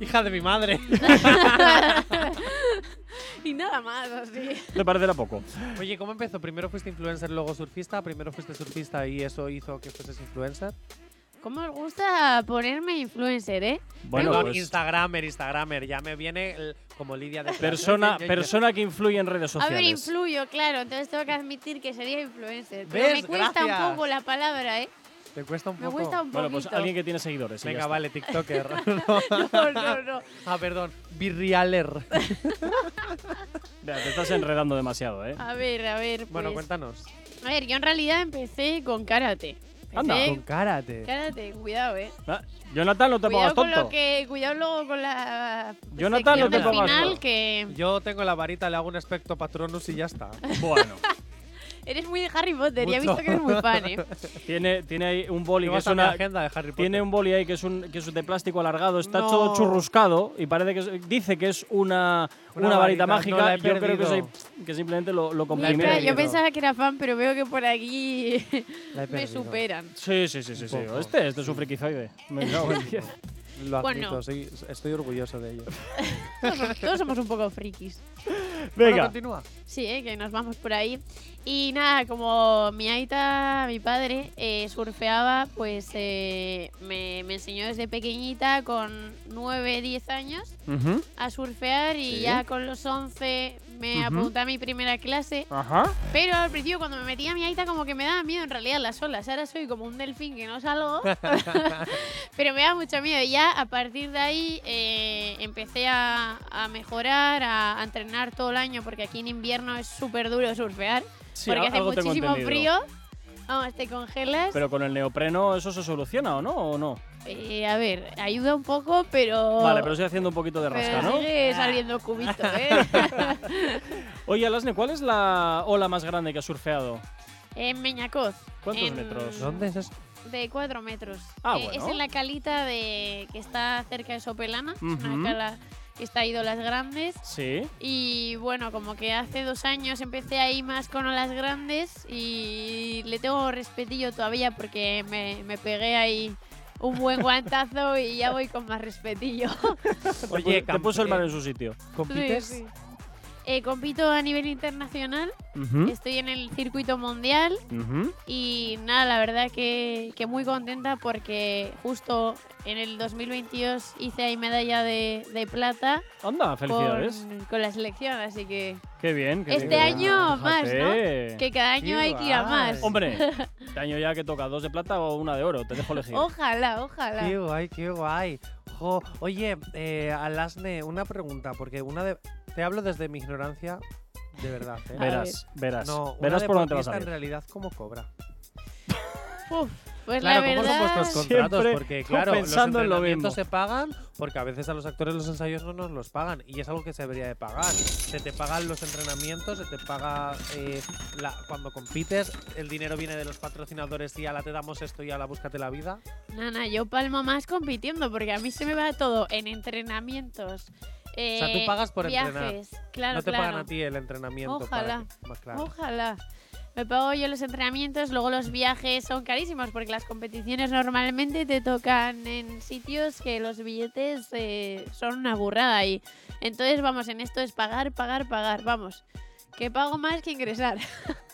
Speaker 4: Hija de mi madre.
Speaker 1: Y nada más, así.
Speaker 3: Me parecerá poco.
Speaker 4: Oye, ¿cómo empezó? ¿Primero fuiste influencer, luego surfista? ¿Primero fuiste surfista y eso hizo que fueses influencer?
Speaker 1: ¿Cómo os gusta ponerme influencer, eh?
Speaker 3: Bueno,
Speaker 4: Perdón,
Speaker 3: pues,
Speaker 4: Instagramer, Instagramer. Ya me viene el- como Lidia de
Speaker 3: persona,
Speaker 4: Yo- yo-
Speaker 3: persona que influye en redes
Speaker 1: A ver,
Speaker 3: sociales.
Speaker 1: influyo, claro, entonces tengo que admitir que sería influencer. Pero
Speaker 4: ¿Ves?
Speaker 1: me cuesta
Speaker 4: Gracias.
Speaker 1: un poco la palabra, ¿eh?
Speaker 4: Te cuesta un
Speaker 1: Me
Speaker 4: poco.
Speaker 1: cuesta un
Speaker 3: Bueno, pues
Speaker 1: poquito.
Speaker 3: alguien que tiene seguidores. y ya
Speaker 4: Venga,
Speaker 3: está.
Speaker 4: vale, TikToker.
Speaker 1: No, no, no.
Speaker 4: ah, perdón. Virrealer.
Speaker 1: Pues,
Speaker 3: Ya, Te estás enredando demasiado, ¿eh?
Speaker 1: A ver, a ver,
Speaker 4: Bueno,
Speaker 1: pues.
Speaker 4: cuéntanos.
Speaker 1: A ver, yo en realidad empecé con karate. Empecé
Speaker 3: Anda.
Speaker 4: Con karate.
Speaker 1: Karate, cuidado, eh.
Speaker 3: Ah, Jonathan, no te pongas
Speaker 1: Cuidado con lo
Speaker 3: tonto.
Speaker 1: que. Cuidado luego con la.
Speaker 3: Jonathan, no
Speaker 1: sección
Speaker 3: te
Speaker 1: del
Speaker 3: pongas
Speaker 1: final
Speaker 3: tonto.
Speaker 1: que.
Speaker 4: Yo tengo la varita, le hago un aspecto patronus y ya está.
Speaker 3: Bueno,
Speaker 1: Eres muy de Harry Potter y he
Speaker 4: Mucho.
Speaker 1: visto que eres muy fan, eh.
Speaker 3: tiene, tiene ahí un boli que
Speaker 4: Llevas
Speaker 3: es
Speaker 4: a mi
Speaker 3: una.
Speaker 4: agenda de Harry Potter.
Speaker 3: Tiene un boli ahí que es, un, que es de plástico alargado, está
Speaker 4: No.
Speaker 3: todo churruscado y parece que es- dice que es una, una,
Speaker 4: Una
Speaker 3: varita,
Speaker 4: varita,
Speaker 3: mágica.
Speaker 4: no, la he
Speaker 3: Yo creo que,
Speaker 4: perdido.
Speaker 3: soy- que simplemente lo, lo comprimieron.
Speaker 1: Mira,
Speaker 4: perdido.
Speaker 1: yo pensaba que era fan, pero veo que por aquí
Speaker 4: La he
Speaker 1: me
Speaker 4: perdido.
Speaker 1: superan.
Speaker 3: Sí, sí, sí, sí. sí.
Speaker 4: Un poco.
Speaker 3: Este, este es un frikizoide. Me cago en diez.
Speaker 4: Lo admito,
Speaker 1: Bueno.
Speaker 4: soy- estoy orgulloso de ello.
Speaker 1: Todos somos- todos somos un poco frikis.
Speaker 4: Bueno,
Speaker 3: Venga,
Speaker 4: continúa.
Speaker 1: Sí, eh, que nos vamos por ahí. Y nada, como mi aita, mi padre, eh, surfeaba, pues eh, me, me enseñó desde pequeñita con 9, 10 años
Speaker 3: Ujú.
Speaker 1: a surfear y
Speaker 3: Sí.
Speaker 1: ya con los 11 me
Speaker 3: Ujú.
Speaker 1: apunté a mi primera clase.
Speaker 3: Ajá.
Speaker 1: Pero al principio cuando me metía mi aita como que me daba miedo en realidad las olas. Ahora soy como un delfín que no salgo. pero me daba mucho miedo. Y ya a partir de ahí eh, empecé a, a mejorar, a, a entrenar todo el año porque aquí en invierno es súper duro surfear.
Speaker 3: Sí,
Speaker 1: porque
Speaker 3: al-
Speaker 1: hace
Speaker 3: algo tengo
Speaker 1: muchísimo
Speaker 3: entendido.
Speaker 1: frío. Vamos, te congelas.
Speaker 3: Pero con el neopreno eso se soluciona o no o no.
Speaker 1: Eh, a ver, ayuda un poco, pero...
Speaker 3: Vale, Oh. pero estoy haciendo un poquito de
Speaker 1: pero
Speaker 3: rasca, ¿no?
Speaker 1: sigue saliendo cubito, ¿eh?
Speaker 3: Oye, Alasne, ¿cuál es la ola más grande que has surfeado?
Speaker 1: en Meñacoz.
Speaker 3: ¿Cuántos
Speaker 1: en-
Speaker 3: metros?
Speaker 4: ¿Dónde es eso?
Speaker 1: De 4 metros.
Speaker 3: Ah,
Speaker 1: Eh,
Speaker 3: bueno.
Speaker 1: Es en la calita de que está cerca de Sopelana. Es
Speaker 3: Ujú.
Speaker 1: una cala que está ahí de olas grandes.
Speaker 3: Sí.
Speaker 1: Y bueno, como que hace dos años empecé ahí más con olas grandes y le tengo respetillo todavía porque me, me pegué ahí un buen guantazo y ya voy con más respetillo.
Speaker 4: Oye,
Speaker 3: te puso el
Speaker 4: camp-
Speaker 3: mar en su sitio.
Speaker 4: ¿Compites?
Speaker 1: Sí, sí. Eh, compito a nivel internacional,
Speaker 3: Ujú,
Speaker 1: estoy en el circuito mundial
Speaker 3: ujú.
Speaker 1: Y nada, la verdad que, que muy contenta porque justo en el 2022 hice ahí medalla de, de plata
Speaker 3: Anda, felicidades.
Speaker 1: con, con la selección, así que
Speaker 3: Qué bien. qué
Speaker 1: este
Speaker 3: bien.
Speaker 1: año más,
Speaker 3: Fíjate.
Speaker 1: ¿no? Que cada año hay que ir a más.
Speaker 4: guay.
Speaker 3: Hombre, este año ya que toca dos de plata o una de oro, te dejo elegir.
Speaker 1: Ojalá, ojalá.
Speaker 4: Qué guay, qué guay. Jo, oye, eh, Alasne, una pregunta, porque una de. Te hablo desde mi ignorancia, de verdad, ¿eh?
Speaker 1: Ver,
Speaker 3: verás, verás.
Speaker 4: No, una
Speaker 3: verás por dónde te vas
Speaker 4: deportista
Speaker 3: a
Speaker 4: en
Speaker 3: ir.
Speaker 4: realidad, ¿cómo cobra?
Speaker 1: Uf, pues
Speaker 4: claro,
Speaker 1: la
Speaker 4: ¿cómo son
Speaker 1: verdad.
Speaker 4: vuestros
Speaker 3: Siempre
Speaker 4: contratos? Porque,
Speaker 3: estoy
Speaker 4: claro, los
Speaker 3: pensando en lo
Speaker 4: entrenamientos
Speaker 3: mismo.
Speaker 4: se pagan, porque a veces a los actores los ensayos no nos los pagan, y es algo que se debería de pagar. Se te pagan los entrenamientos, se te paga eh, la- cuando compites, el dinero viene de los patrocinadores y a la te damos esto y a la búscate la vida.
Speaker 1: Nana, yo palmo más compitiendo porque a mí se me va todo en entrenamientos. Eh,
Speaker 4: sea, tú pagas por entrenar.
Speaker 1: viajes, Claro,
Speaker 4: no te
Speaker 1: claro.
Speaker 4: pagan a ti el entrenamiento. para
Speaker 1: Ojalá.
Speaker 4: que- más claro.
Speaker 1: Ojalá. Me pago yo los entrenamientos, luego los viajes son carísimos porque las competiciones normalmente te tocan en sitios que los billetes eh, son una burrada ahí. Entonces, vamos, en esto es pagar, pagar, pagar, vamos. Que pago más que ingresar.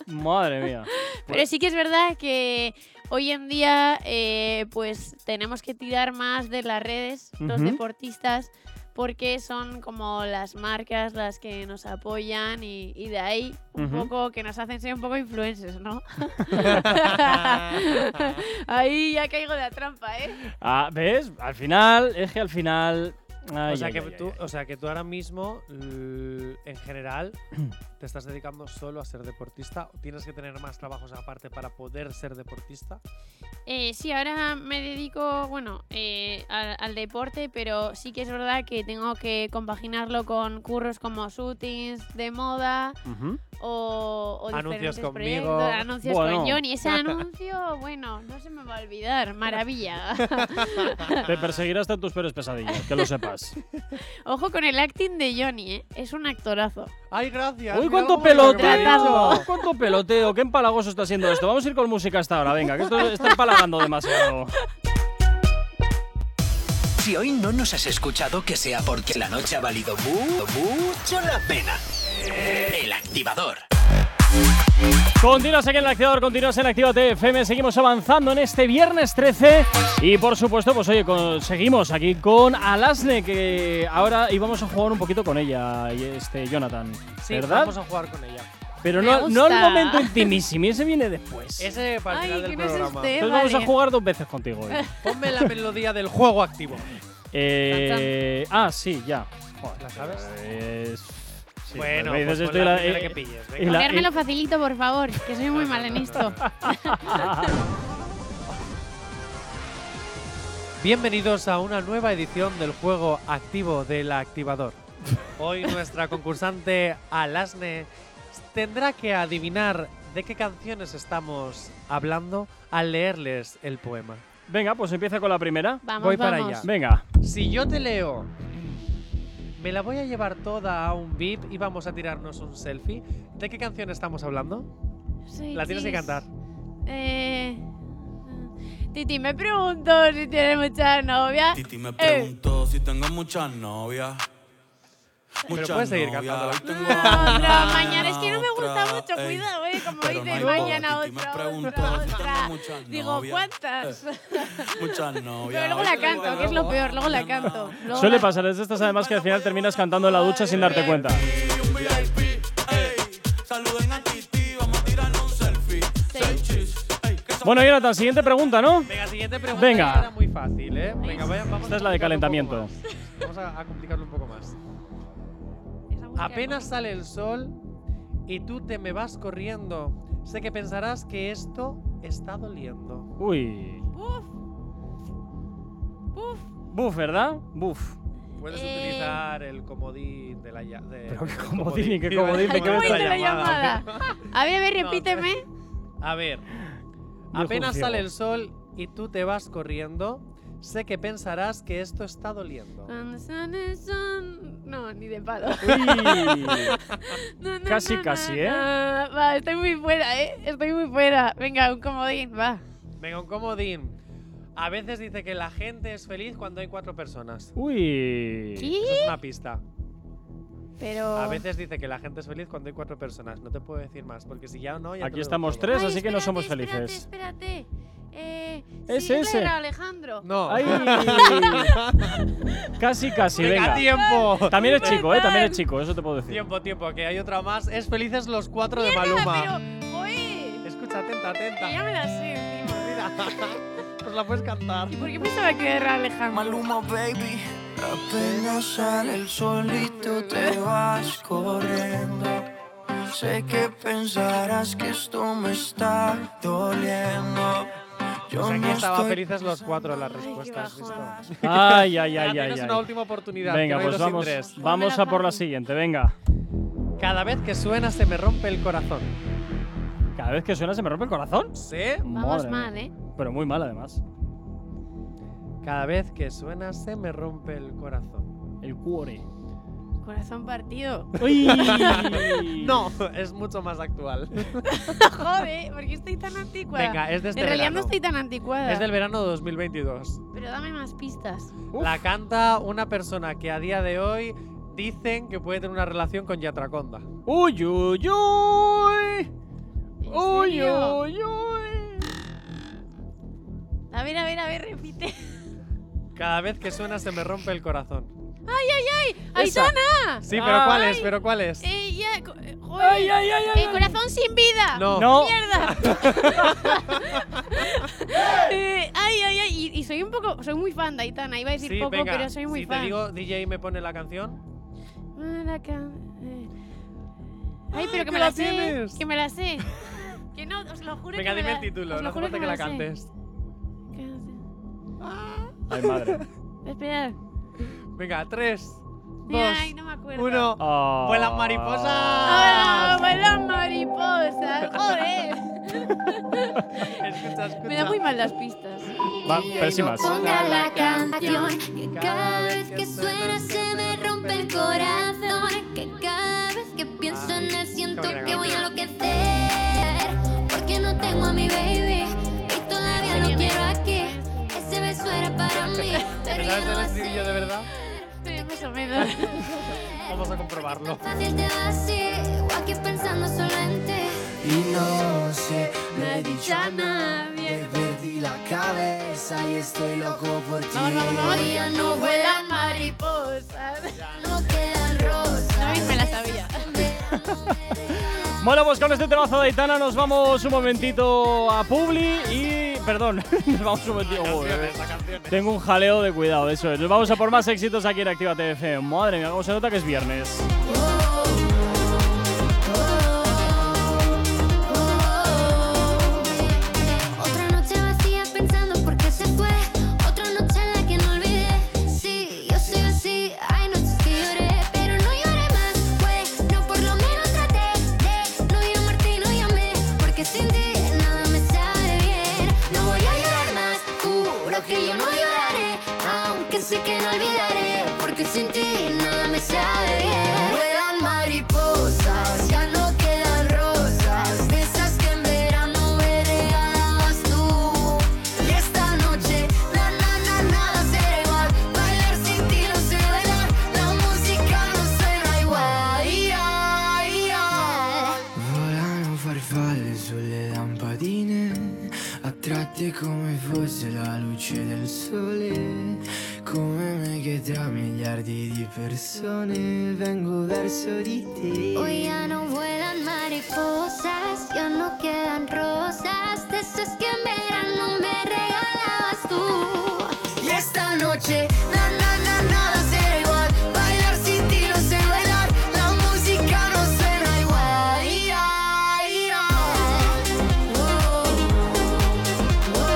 Speaker 3: Madre mía.
Speaker 1: Pero sí que es verdad que hoy en día eh, pues tenemos que tirar más de las redes, los
Speaker 3: Ujú.
Speaker 1: deportistas, porque son como las marcas las que nos apoyan y, y de ahí un
Speaker 3: Ujú.
Speaker 1: poco que nos hacen ser un poco influencers, ¿no? ahí ya caigo de la trampa, ¿eh?
Speaker 3: Ah, ¿Ves? Al final, es que al final.
Speaker 4: o,
Speaker 3: Ay,
Speaker 4: sea
Speaker 3: ay,
Speaker 4: que
Speaker 3: ay,
Speaker 4: tú,
Speaker 3: ay, ay.
Speaker 4: o sea que tú ahora mismo, l- en general, te estás dedicando solo a ser deportista. ¿Tienes que tener más trabajos aparte para poder ser deportista?
Speaker 1: Eh, sí, ahora me dedico, bueno, eh, al, al deporte, pero sí que es verdad que tengo que compaginarlo con curros como shootings de moda,
Speaker 3: Ujú.
Speaker 1: o, o
Speaker 4: Anuncios
Speaker 1: diferentes
Speaker 4: conmigo.
Speaker 1: proyectos, anuncios
Speaker 3: Bueno.
Speaker 1: con Johnny. Ese anuncio, bueno, no se me va a olvidar, maravilla.
Speaker 3: Te perseguirás hasta tus peores pesadillas, que lo sepas.
Speaker 1: Ojo con el acting de Johnny, ¿eh? es un actorazo.
Speaker 4: ¡Ay, gracias!
Speaker 3: ¡Uy,
Speaker 4: Mira
Speaker 3: cuánto
Speaker 4: cómo me lo
Speaker 1: Tratado.
Speaker 3: peloteo! ¡Uy, cuánto peloteo! ¡Qué empalagoso está siendo esto! Vamos a ir con música hasta ahora, venga, que esto está empalagando demasiado.
Speaker 2: Si hoy no nos has escuchado, que sea porque la noche ha valido mu- mucho la pena. El activador.
Speaker 3: Continúas aquí en el activador, continúas en Actívate FM, seguimos avanzando en este viernes 13 y por supuesto, pues oye, con- seguimos aquí con Alasne, que ahora íbamos a jugar un poquito con ella, y este Jonathan,
Speaker 4: Sí,
Speaker 3: ¿verdad?
Speaker 4: vamos a jugar con ella.
Speaker 3: Pero
Speaker 1: Me
Speaker 3: no, no el
Speaker 1: gusta.
Speaker 3: momento intimísimo, ese viene después.
Speaker 4: Ese para el
Speaker 1: Ay,
Speaker 4: final del
Speaker 1: ¿quién es
Speaker 4: programa.
Speaker 1: este?
Speaker 3: Entonces vamos a
Speaker 1: vale.
Speaker 3: jugar dos veces contigo. hoy.
Speaker 4: Ponme la melodía del juego activo.
Speaker 3: Eh, ah, sí, ya. Joder,
Speaker 4: ¿La sabes?
Speaker 3: eh, sí,
Speaker 4: bueno,
Speaker 3: me
Speaker 4: pues
Speaker 3: dices esto
Speaker 4: con
Speaker 3: y
Speaker 4: la,
Speaker 3: la-
Speaker 4: primera
Speaker 3: eh,
Speaker 4: que pilles.
Speaker 3: y
Speaker 4: venga.
Speaker 3: la-
Speaker 1: Ponérmelo facilito, por favor, que soy muy mal en esto.
Speaker 4: Bienvenidos a una nueva edición del juego activo del activador. Hoy nuestra concursante Alasne tendrá que adivinar de qué canciones estamos hablando al leerles el poema.
Speaker 3: Venga, pues empieza con la primera.
Speaker 1: Vamos,
Speaker 4: Voy para
Speaker 1: vamos.
Speaker 4: allá.
Speaker 3: Venga.
Speaker 4: Si yo te leo, me la voy a llevar toda a un VIP y vamos a tirarnos un selfie. ¿De qué canción estamos hablando?
Speaker 1: Sí,
Speaker 4: La tienes que
Speaker 1: chis.
Speaker 4: cantar.
Speaker 1: Eh, Titi me preguntó si tiene mucha novia.
Speaker 7: Titi me
Speaker 1: Eh,
Speaker 7: preguntó si tengo muchas novias.
Speaker 4: Pero puedes seguir cantándola.
Speaker 7: hoy tengo a
Speaker 1: otra,
Speaker 7: una,
Speaker 1: mañana, es que no me gusta
Speaker 7: otra,
Speaker 1: mucho,
Speaker 7: ey.
Speaker 1: cuidado, eh, como
Speaker 7: Pero no
Speaker 1: dice,
Speaker 7: hay
Speaker 1: mañana
Speaker 7: boda, Titi me
Speaker 1: otra,
Speaker 7: preguntó
Speaker 1: otra,
Speaker 7: si tengo
Speaker 1: otra.
Speaker 7: muchas
Speaker 1: Digo,
Speaker 7: novias.
Speaker 1: ¿cuántas?
Speaker 7: Muchas novias.
Speaker 1: Pero luego la canto, que es lo
Speaker 7: eh.
Speaker 1: peor, luego la canto. Luego
Speaker 3: Suele
Speaker 1: la-
Speaker 3: pasar, es de estas además que al final terminas cantando en la ducha sin darte cuenta.
Speaker 7: Un VIP, ey. Saluden a Titi, vamos a tirar un selfie. Selfies, ey, que son-
Speaker 3: Bueno, Jonathan, siguiente pregunta, ¿no?
Speaker 4: Venga, siguiente pregunta.
Speaker 3: Venga.
Speaker 4: que Era muy fácil, ¿eh? Venga, vaya, vamos
Speaker 3: Esta
Speaker 4: a
Speaker 3: es la de
Speaker 4: complicarlo un
Speaker 3: calentamiento.
Speaker 4: poco más. Vamos a, a complicarlo un poco más.
Speaker 1: Esa música
Speaker 4: Apenas sale el sol y tú te me vas corriendo. Sé que pensarás que esto está doliendo.
Speaker 3: Uy.
Speaker 1: no. Uf. Uf.
Speaker 3: Buf, ¿verdad? Buf.
Speaker 4: Puedes
Speaker 1: Eh.
Speaker 4: utilizar el comodín de la ya- de-
Speaker 3: Pero qué
Speaker 4: el
Speaker 3: comodín y qué comodín, me
Speaker 4: iba a
Speaker 1: Ay,
Speaker 4: decir,
Speaker 3: quedo
Speaker 1: ¿cómo
Speaker 4: comodín
Speaker 1: hice
Speaker 4: de
Speaker 1: la llamada? A ver, a ver,
Speaker 4: No,
Speaker 1: repíteme.
Speaker 7: eh.
Speaker 4: A ver, apenas sale el sol y tú te vas corriendo. Sé que pensarás que esto está doliendo.
Speaker 1: Cuando son el son- No, ni de palo.
Speaker 3: Uy.
Speaker 1: No, no,
Speaker 3: Casi,
Speaker 1: no,
Speaker 3: casi,
Speaker 1: no,
Speaker 3: ¿eh?
Speaker 1: no. Va, estoy muy fuera, ¿eh? Estoy muy fuera. Venga, un comodín, va.
Speaker 4: Venga, un comodín. A veces dice que la gente es feliz cuando hay cuatro personas.
Speaker 3: Uy.
Speaker 1: ¿Qué? Ah.
Speaker 4: Eso es una pista.
Speaker 1: Pero...
Speaker 4: A veces dice que la gente es feliz cuando hay cuatro personas. No te puedo decir más, porque si ya no, ya te
Speaker 3: Aquí
Speaker 4: lo he
Speaker 3: estamos
Speaker 4: dado.
Speaker 3: tres.
Speaker 1: Ay,
Speaker 3: así que no somos
Speaker 1: espérate,
Speaker 3: felices.
Speaker 1: Espérate, espérate. Eh,
Speaker 3: Es
Speaker 1: sí,
Speaker 3: ese.
Speaker 1: era Alejandro.
Speaker 4: No.
Speaker 3: Ay. casi, casi,
Speaker 4: Venga,
Speaker 3: venga.
Speaker 4: tiempo.
Speaker 3: También es chico, ¿eh?
Speaker 1: Jonathan.
Speaker 3: También es chico, eso te puedo decir.
Speaker 4: tiempo, tiempo, que hay otra más. Es felices los cuatro de
Speaker 1: Mierda,
Speaker 4: Maluma. Ah.
Speaker 1: pero... ¡Oye!
Speaker 4: Escucha, atenta,
Speaker 1: Que ya
Speaker 4: atenta.
Speaker 1: me la sé encima.
Speaker 4: Mira, pues la puedes cantar.
Speaker 1: ¿Y por qué pensaba que era Alejandro?
Speaker 7: Maluma, baby.
Speaker 6: Apenas sale el solito te vas corriendo. Sé que pensarás que esto me está doliendo. Yo
Speaker 4: O sea,
Speaker 6: no
Speaker 4: Pues aquí estaba
Speaker 6: estoy
Speaker 4: felices los cuatro las
Speaker 1: Ay, qué
Speaker 4: respuestas. ¿listo?
Speaker 1: bajón.
Speaker 3: Ay, ay,
Speaker 4: Ahora
Speaker 3: ay, ay.
Speaker 4: tienes
Speaker 3: ay.
Speaker 4: una última oportunidad. que
Speaker 3: Venga,
Speaker 4: no hay
Speaker 3: pues
Speaker 4: dos sin
Speaker 3: vamos,
Speaker 4: tres.
Speaker 3: vamos a por la siguiente, venga.
Speaker 4: Cada vez que suena se me rompe el corazón.
Speaker 3: Cada vez que suena se me rompe el corazón.
Speaker 4: ¿Sí?
Speaker 1: Vamos
Speaker 3: Madre mía.
Speaker 1: mal, ¿eh?
Speaker 3: Pero muy mal, además.
Speaker 4: Cada vez que suena se me rompe el corazón.
Speaker 3: El cuore.
Speaker 1: Corazón partido.
Speaker 3: Uy.
Speaker 4: No, es mucho más actual.
Speaker 1: Joder, ¿por qué estoy tan anticuada?
Speaker 4: Venga, es de este
Speaker 1: en realidad
Speaker 4: verano.
Speaker 1: no estoy tan anticuada.
Speaker 4: Es del verano 2022.
Speaker 1: Pero dame más pistas.
Speaker 3: Uf.
Speaker 4: La canta una persona que a día de hoy dicen que puede tener una relación con Yatraconda.
Speaker 3: Uy, uy, uy.
Speaker 1: ¿En
Speaker 3: Uy,
Speaker 1: serio?
Speaker 3: uy, uy.
Speaker 1: A ver, a ver, a ver, repite.
Speaker 4: Cada vez que suena se me rompe el corazón.
Speaker 1: ¡Ay, ay, ay!
Speaker 3: Esa.
Speaker 1: ¡Aitana!
Speaker 4: Sí, pero ¿cuál es?
Speaker 1: Ay.
Speaker 4: ¿Pero cuál es?
Speaker 1: Eh, ya, co- eh, joder.
Speaker 3: Ay, ay, ay, ay.
Speaker 1: El corazón sin vida.
Speaker 4: No.
Speaker 3: No.
Speaker 1: Oh, ¡Mierda! Eh, ay, ay, ay. Y, y soy un poco. Soy muy fan de Aitana. Iba a decir
Speaker 4: Sí,
Speaker 1: poco,
Speaker 4: venga.
Speaker 1: pero soy muy
Speaker 4: si
Speaker 1: fan.
Speaker 4: te digo DJ me pone la canción.
Speaker 1: Malaca- eh. Ay,
Speaker 4: Ay,
Speaker 1: pero que
Speaker 4: que
Speaker 1: me
Speaker 4: la
Speaker 1: la, sé.
Speaker 4: tienes.
Speaker 1: Que me la sé. Que no, os lo juro
Speaker 4: Venga,
Speaker 1: que me
Speaker 4: dime
Speaker 1: la,
Speaker 4: el título,
Speaker 1: os
Speaker 4: no
Speaker 1: lo
Speaker 4: hace
Speaker 1: juro
Speaker 4: falta que
Speaker 1: que, me
Speaker 4: la
Speaker 1: sé.
Speaker 4: cantes.
Speaker 3: Ay, madre.
Speaker 1: Esperad.
Speaker 4: Venga, tres, dos,
Speaker 1: Ay, no me acuerdo.
Speaker 4: uno.
Speaker 3: Ah.
Speaker 4: ¡Vuelan Pues mariposas!
Speaker 1: ¡Ah, vuelan mariposas! ¡Joder!
Speaker 4: Escucha, escucha.
Speaker 1: Me da muy mal las pistas.
Speaker 3: Va, pésimas.
Speaker 8: Ponga la canción que cada vez que suena se me rompe el corazón que cada vez que pienso en él siento que voy a enloquecer porque no tengo a mi baby y todavía lo quiero aquí ese beso era para mí
Speaker 4: ¿Te
Speaker 8: pero ya
Speaker 4: sabes
Speaker 8: no
Speaker 4: el
Speaker 8: va a
Speaker 4: estribillo este de
Speaker 8: ser
Speaker 4: verdad?
Speaker 8: me
Speaker 1: más o menos.
Speaker 4: Vamos a comprobarlo.
Speaker 9: Fácil te va así, o aquí pensando solo en ti.
Speaker 10: Y no sé,
Speaker 1: No he dicho a nadie.
Speaker 10: perdí la cabeza y estoy loco por ti.
Speaker 1: Vamos, vamos, vamos.
Speaker 9: Ya
Speaker 1: no
Speaker 9: no
Speaker 1: vuelan
Speaker 9: vuelan
Speaker 1: mariposas.
Speaker 9: No quedan rosas.
Speaker 1: No, y me la sabía.
Speaker 3: Bueno, pues con este trabazo de Aitana nos vamos un momentito a Publi y. Perdón, nos vamos un momentito. Joder, Tengo un jaleo de cuidado, eso es. Nos vamos a por más éxitos aquí en Activa FM. Madre mía, cómo se nota que es viernes.
Speaker 9: Otra noche vacía pensando por qué se fue. Otra noche en la que no olvidé. Sí, yo soy así. Hay noches que lloré, pero no lloré más. Fue, no por lo menos traté de no llamarte y no llamé. Porque sin ti nada me sabe bien. No voy a llorar más, juro que yo no lloraré. Aunque sé que no olvidaré. Porque sin ti nada me sabe bien.
Speaker 10: Vuelan mariposas, ya no quedan rosas, de esas que en verano me regalabas tú. Y esta noche, na na na nada será igual, bailar sin ti no sé bailar, la música no suena igual. Ay, ay, ay.
Speaker 11: Volano farfalle sulle lampadine, attratte come fosse la luce del sole, come me che tra miliardi di persone vengo verso di te.
Speaker 9: Hoy ya no vuelan mariposas, ya no quedan rosas, de esas que en verano me regalabas tú.
Speaker 10: Y esta noche, na na na nada será igual, bailar sin ti no sé bailar, la música no suena igual. Ay, ay, ay. Oh, oh,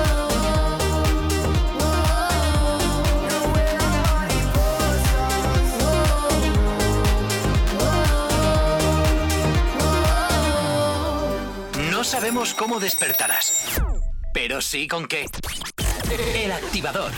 Speaker 2: No sabemos cómo despertarás, pero sí con qué. El activador.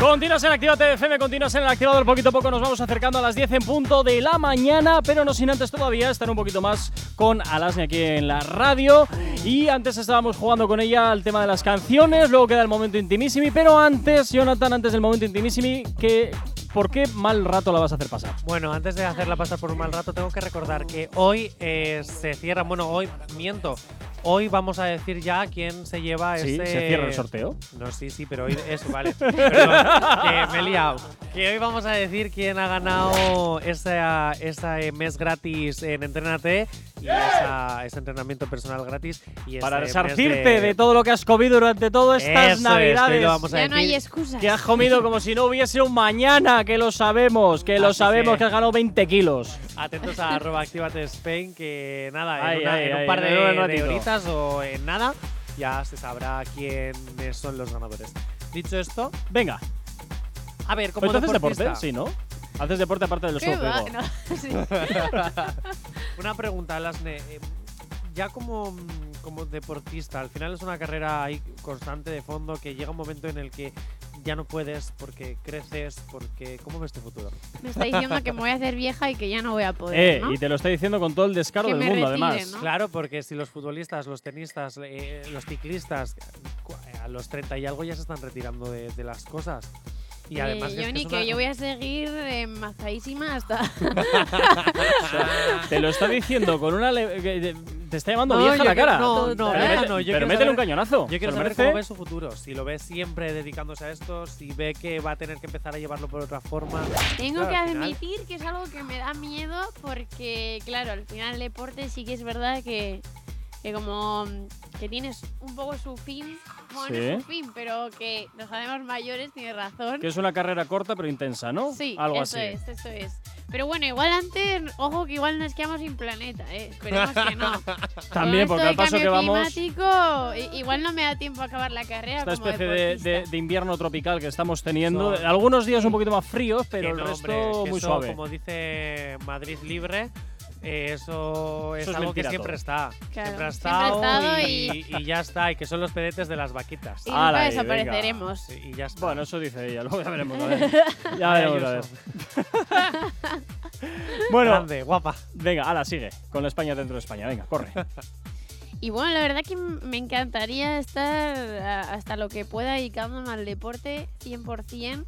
Speaker 3: Continuas en Activa FM, continuas en el activador. Poquito a poco nos vamos acercando a las 10 en punto de la mañana, pero no sin antes todavía estar un poquito más con Alasne aquí en la radio. Y antes estábamos jugando con ella al tema de las canciones, luego queda el momento intimísimi, pero antes, Jonathan, antes del momento intimísimi, que ¿por qué mal rato la vas a hacer pasar?
Speaker 4: Bueno, antes de hacerla pasar por un mal rato, tengo que recordar que hoy eh, se cierra. Bueno, hoy miento. Hoy vamos a decir ya quién se lleva
Speaker 3: Sí,
Speaker 4: ese.
Speaker 3: se cierra el sorteo.
Speaker 4: No, sí, sí, pero hoy. Eso, vale. Perdón, que me he liado. Que hoy vamos a decir quién ha ganado esa- esa, eh, mes gratis en Entrénate y esa- ese entrenamiento personal gratis. Y
Speaker 3: ¡Eh! Para
Speaker 4: ese mes
Speaker 3: resarcirte de todo lo que has comido durante todas
Speaker 4: Eso
Speaker 3: estas
Speaker 4: es, que
Speaker 3: navidades.
Speaker 4: lo vamos a
Speaker 1: Ya no
Speaker 4: decir
Speaker 1: hay excusas.
Speaker 3: Que has comido como si no hubiese un mañana, que lo sabemos, que lo
Speaker 4: Así
Speaker 3: sabemos,
Speaker 4: sí.
Speaker 3: que has ganado 20 kilos.
Speaker 4: Atentos a arroba Actívate Spain, que nada,
Speaker 3: Ay,
Speaker 4: en, una-
Speaker 3: ay,
Speaker 4: en
Speaker 3: ay,
Speaker 4: un par
Speaker 3: en
Speaker 4: de,
Speaker 3: un
Speaker 4: de
Speaker 3: ratito.
Speaker 4: horitas o en nada ya se sabrá quiénes son los ganadores. Dicho esto,
Speaker 3: Venga,
Speaker 4: a ver, como
Speaker 3: pues tú haces
Speaker 4: deportista,
Speaker 3: deporte, sí, ¿no? Haces deporte aparte del
Speaker 1: Qué va-
Speaker 3: surf.
Speaker 1: no, sí.
Speaker 4: una pregunta, Lasne. eh, Ya como, mm, como deportista, al final es una carrera ahí constante de fondo que llega un momento en el que ya no puedes porque creces, porque... ¿Cómo ves tu futuro?
Speaker 1: Me está diciendo que me voy a hacer vieja y que ya no voy a poder.
Speaker 3: Eh,
Speaker 1: ¿no?
Speaker 3: y te lo estoy diciendo con todo el descaro
Speaker 1: Que
Speaker 3: del
Speaker 1: me
Speaker 3: mundo,
Speaker 1: retire,
Speaker 3: además.
Speaker 1: ¿no?
Speaker 4: Claro, porque si los futbolistas, los tenistas, eh, los ciclistas, cu- eh, a los 30 y algo ya se están retirando de, de las cosas. Y
Speaker 1: Eh,
Speaker 4: además
Speaker 1: Johnny, que, yo voy a seguir eh, mazadísima hasta.
Speaker 3: Te lo está diciendo con una. le- que- que- Te está llamando
Speaker 4: No,
Speaker 3: vieja
Speaker 4: yo
Speaker 3: la
Speaker 4: quiero-
Speaker 3: cara.
Speaker 4: no,
Speaker 3: pero
Speaker 4: no, vieja
Speaker 3: mete-
Speaker 4: no, yo
Speaker 3: pero
Speaker 4: quiero
Speaker 3: métele un
Speaker 4: saber-
Speaker 3: cañonazo.
Speaker 4: Yo quiero
Speaker 3: ¿Te lo
Speaker 4: saber
Speaker 3: merece?
Speaker 4: cómo ve su futuro, si lo ve siempre dedicándose a esto, si ve que va a tener que empezar a llevarlo por otra forma.
Speaker 1: Tengo
Speaker 4: Claro,
Speaker 1: que
Speaker 4: al final-
Speaker 1: admitir que es algo que me da miedo porque, claro, al final el deporte sí que es verdad que, que como mm, que tienes un poco su fin, bueno, no
Speaker 3: Sí.
Speaker 1: su fin, pero que nos sabemos mayores, tienes razón.
Speaker 3: Que es una carrera corta pero intensa, ¿no?
Speaker 1: Sí,
Speaker 3: Algo
Speaker 1: eso
Speaker 3: así.
Speaker 1: es, eso es. Pero bueno, igual antes, ojo que igual nos quedamos sin planeta, ¿eh? Esperemos que no.
Speaker 3: También,
Speaker 1: Con
Speaker 3: porque
Speaker 1: esto
Speaker 3: al
Speaker 1: del
Speaker 3: paso que
Speaker 1: cambio
Speaker 3: vamos.
Speaker 1: climático, i- igual no me da tiempo a acabar la carrera
Speaker 3: Esta
Speaker 1: como
Speaker 3: especie de,
Speaker 1: deportista.
Speaker 3: de- de invierno tropical que estamos teniendo.
Speaker 4: Son-
Speaker 3: Algunos días un poquito más fríos,
Speaker 4: Que
Speaker 3: pero el
Speaker 4: no,
Speaker 3: resto
Speaker 4: hombre, que
Speaker 3: muy
Speaker 4: eso,
Speaker 3: suave.
Speaker 4: Como dice Madrid Libre, eh, eso es
Speaker 3: Eso es
Speaker 4: algo
Speaker 3: mentira
Speaker 4: que siempre
Speaker 3: todo.
Speaker 4: está.
Speaker 1: Claro,
Speaker 4: siempre ha
Speaker 1: siempre ha
Speaker 4: estado,
Speaker 1: estado
Speaker 4: y, y ya está, y que son los pedetes de las vaquitas.
Speaker 1: Y
Speaker 3: Ala,
Speaker 1: nunca
Speaker 3: ahí, venga.
Speaker 1: desapareceremos.
Speaker 4: Y ya está.
Speaker 3: Bueno, eso dice ella, luego ya veremos. a ver. Ya
Speaker 4: Ay,
Speaker 3: veremos. a ver.
Speaker 4: Ayuso.
Speaker 3: Bueno,
Speaker 4: Grande, guapa.
Speaker 3: venga, ahora sigue. Con la España dentro de España, venga, corre.
Speaker 1: Y bueno, la verdad que m- me encantaría estar a- hasta lo que pueda dedicándome al deporte 100%.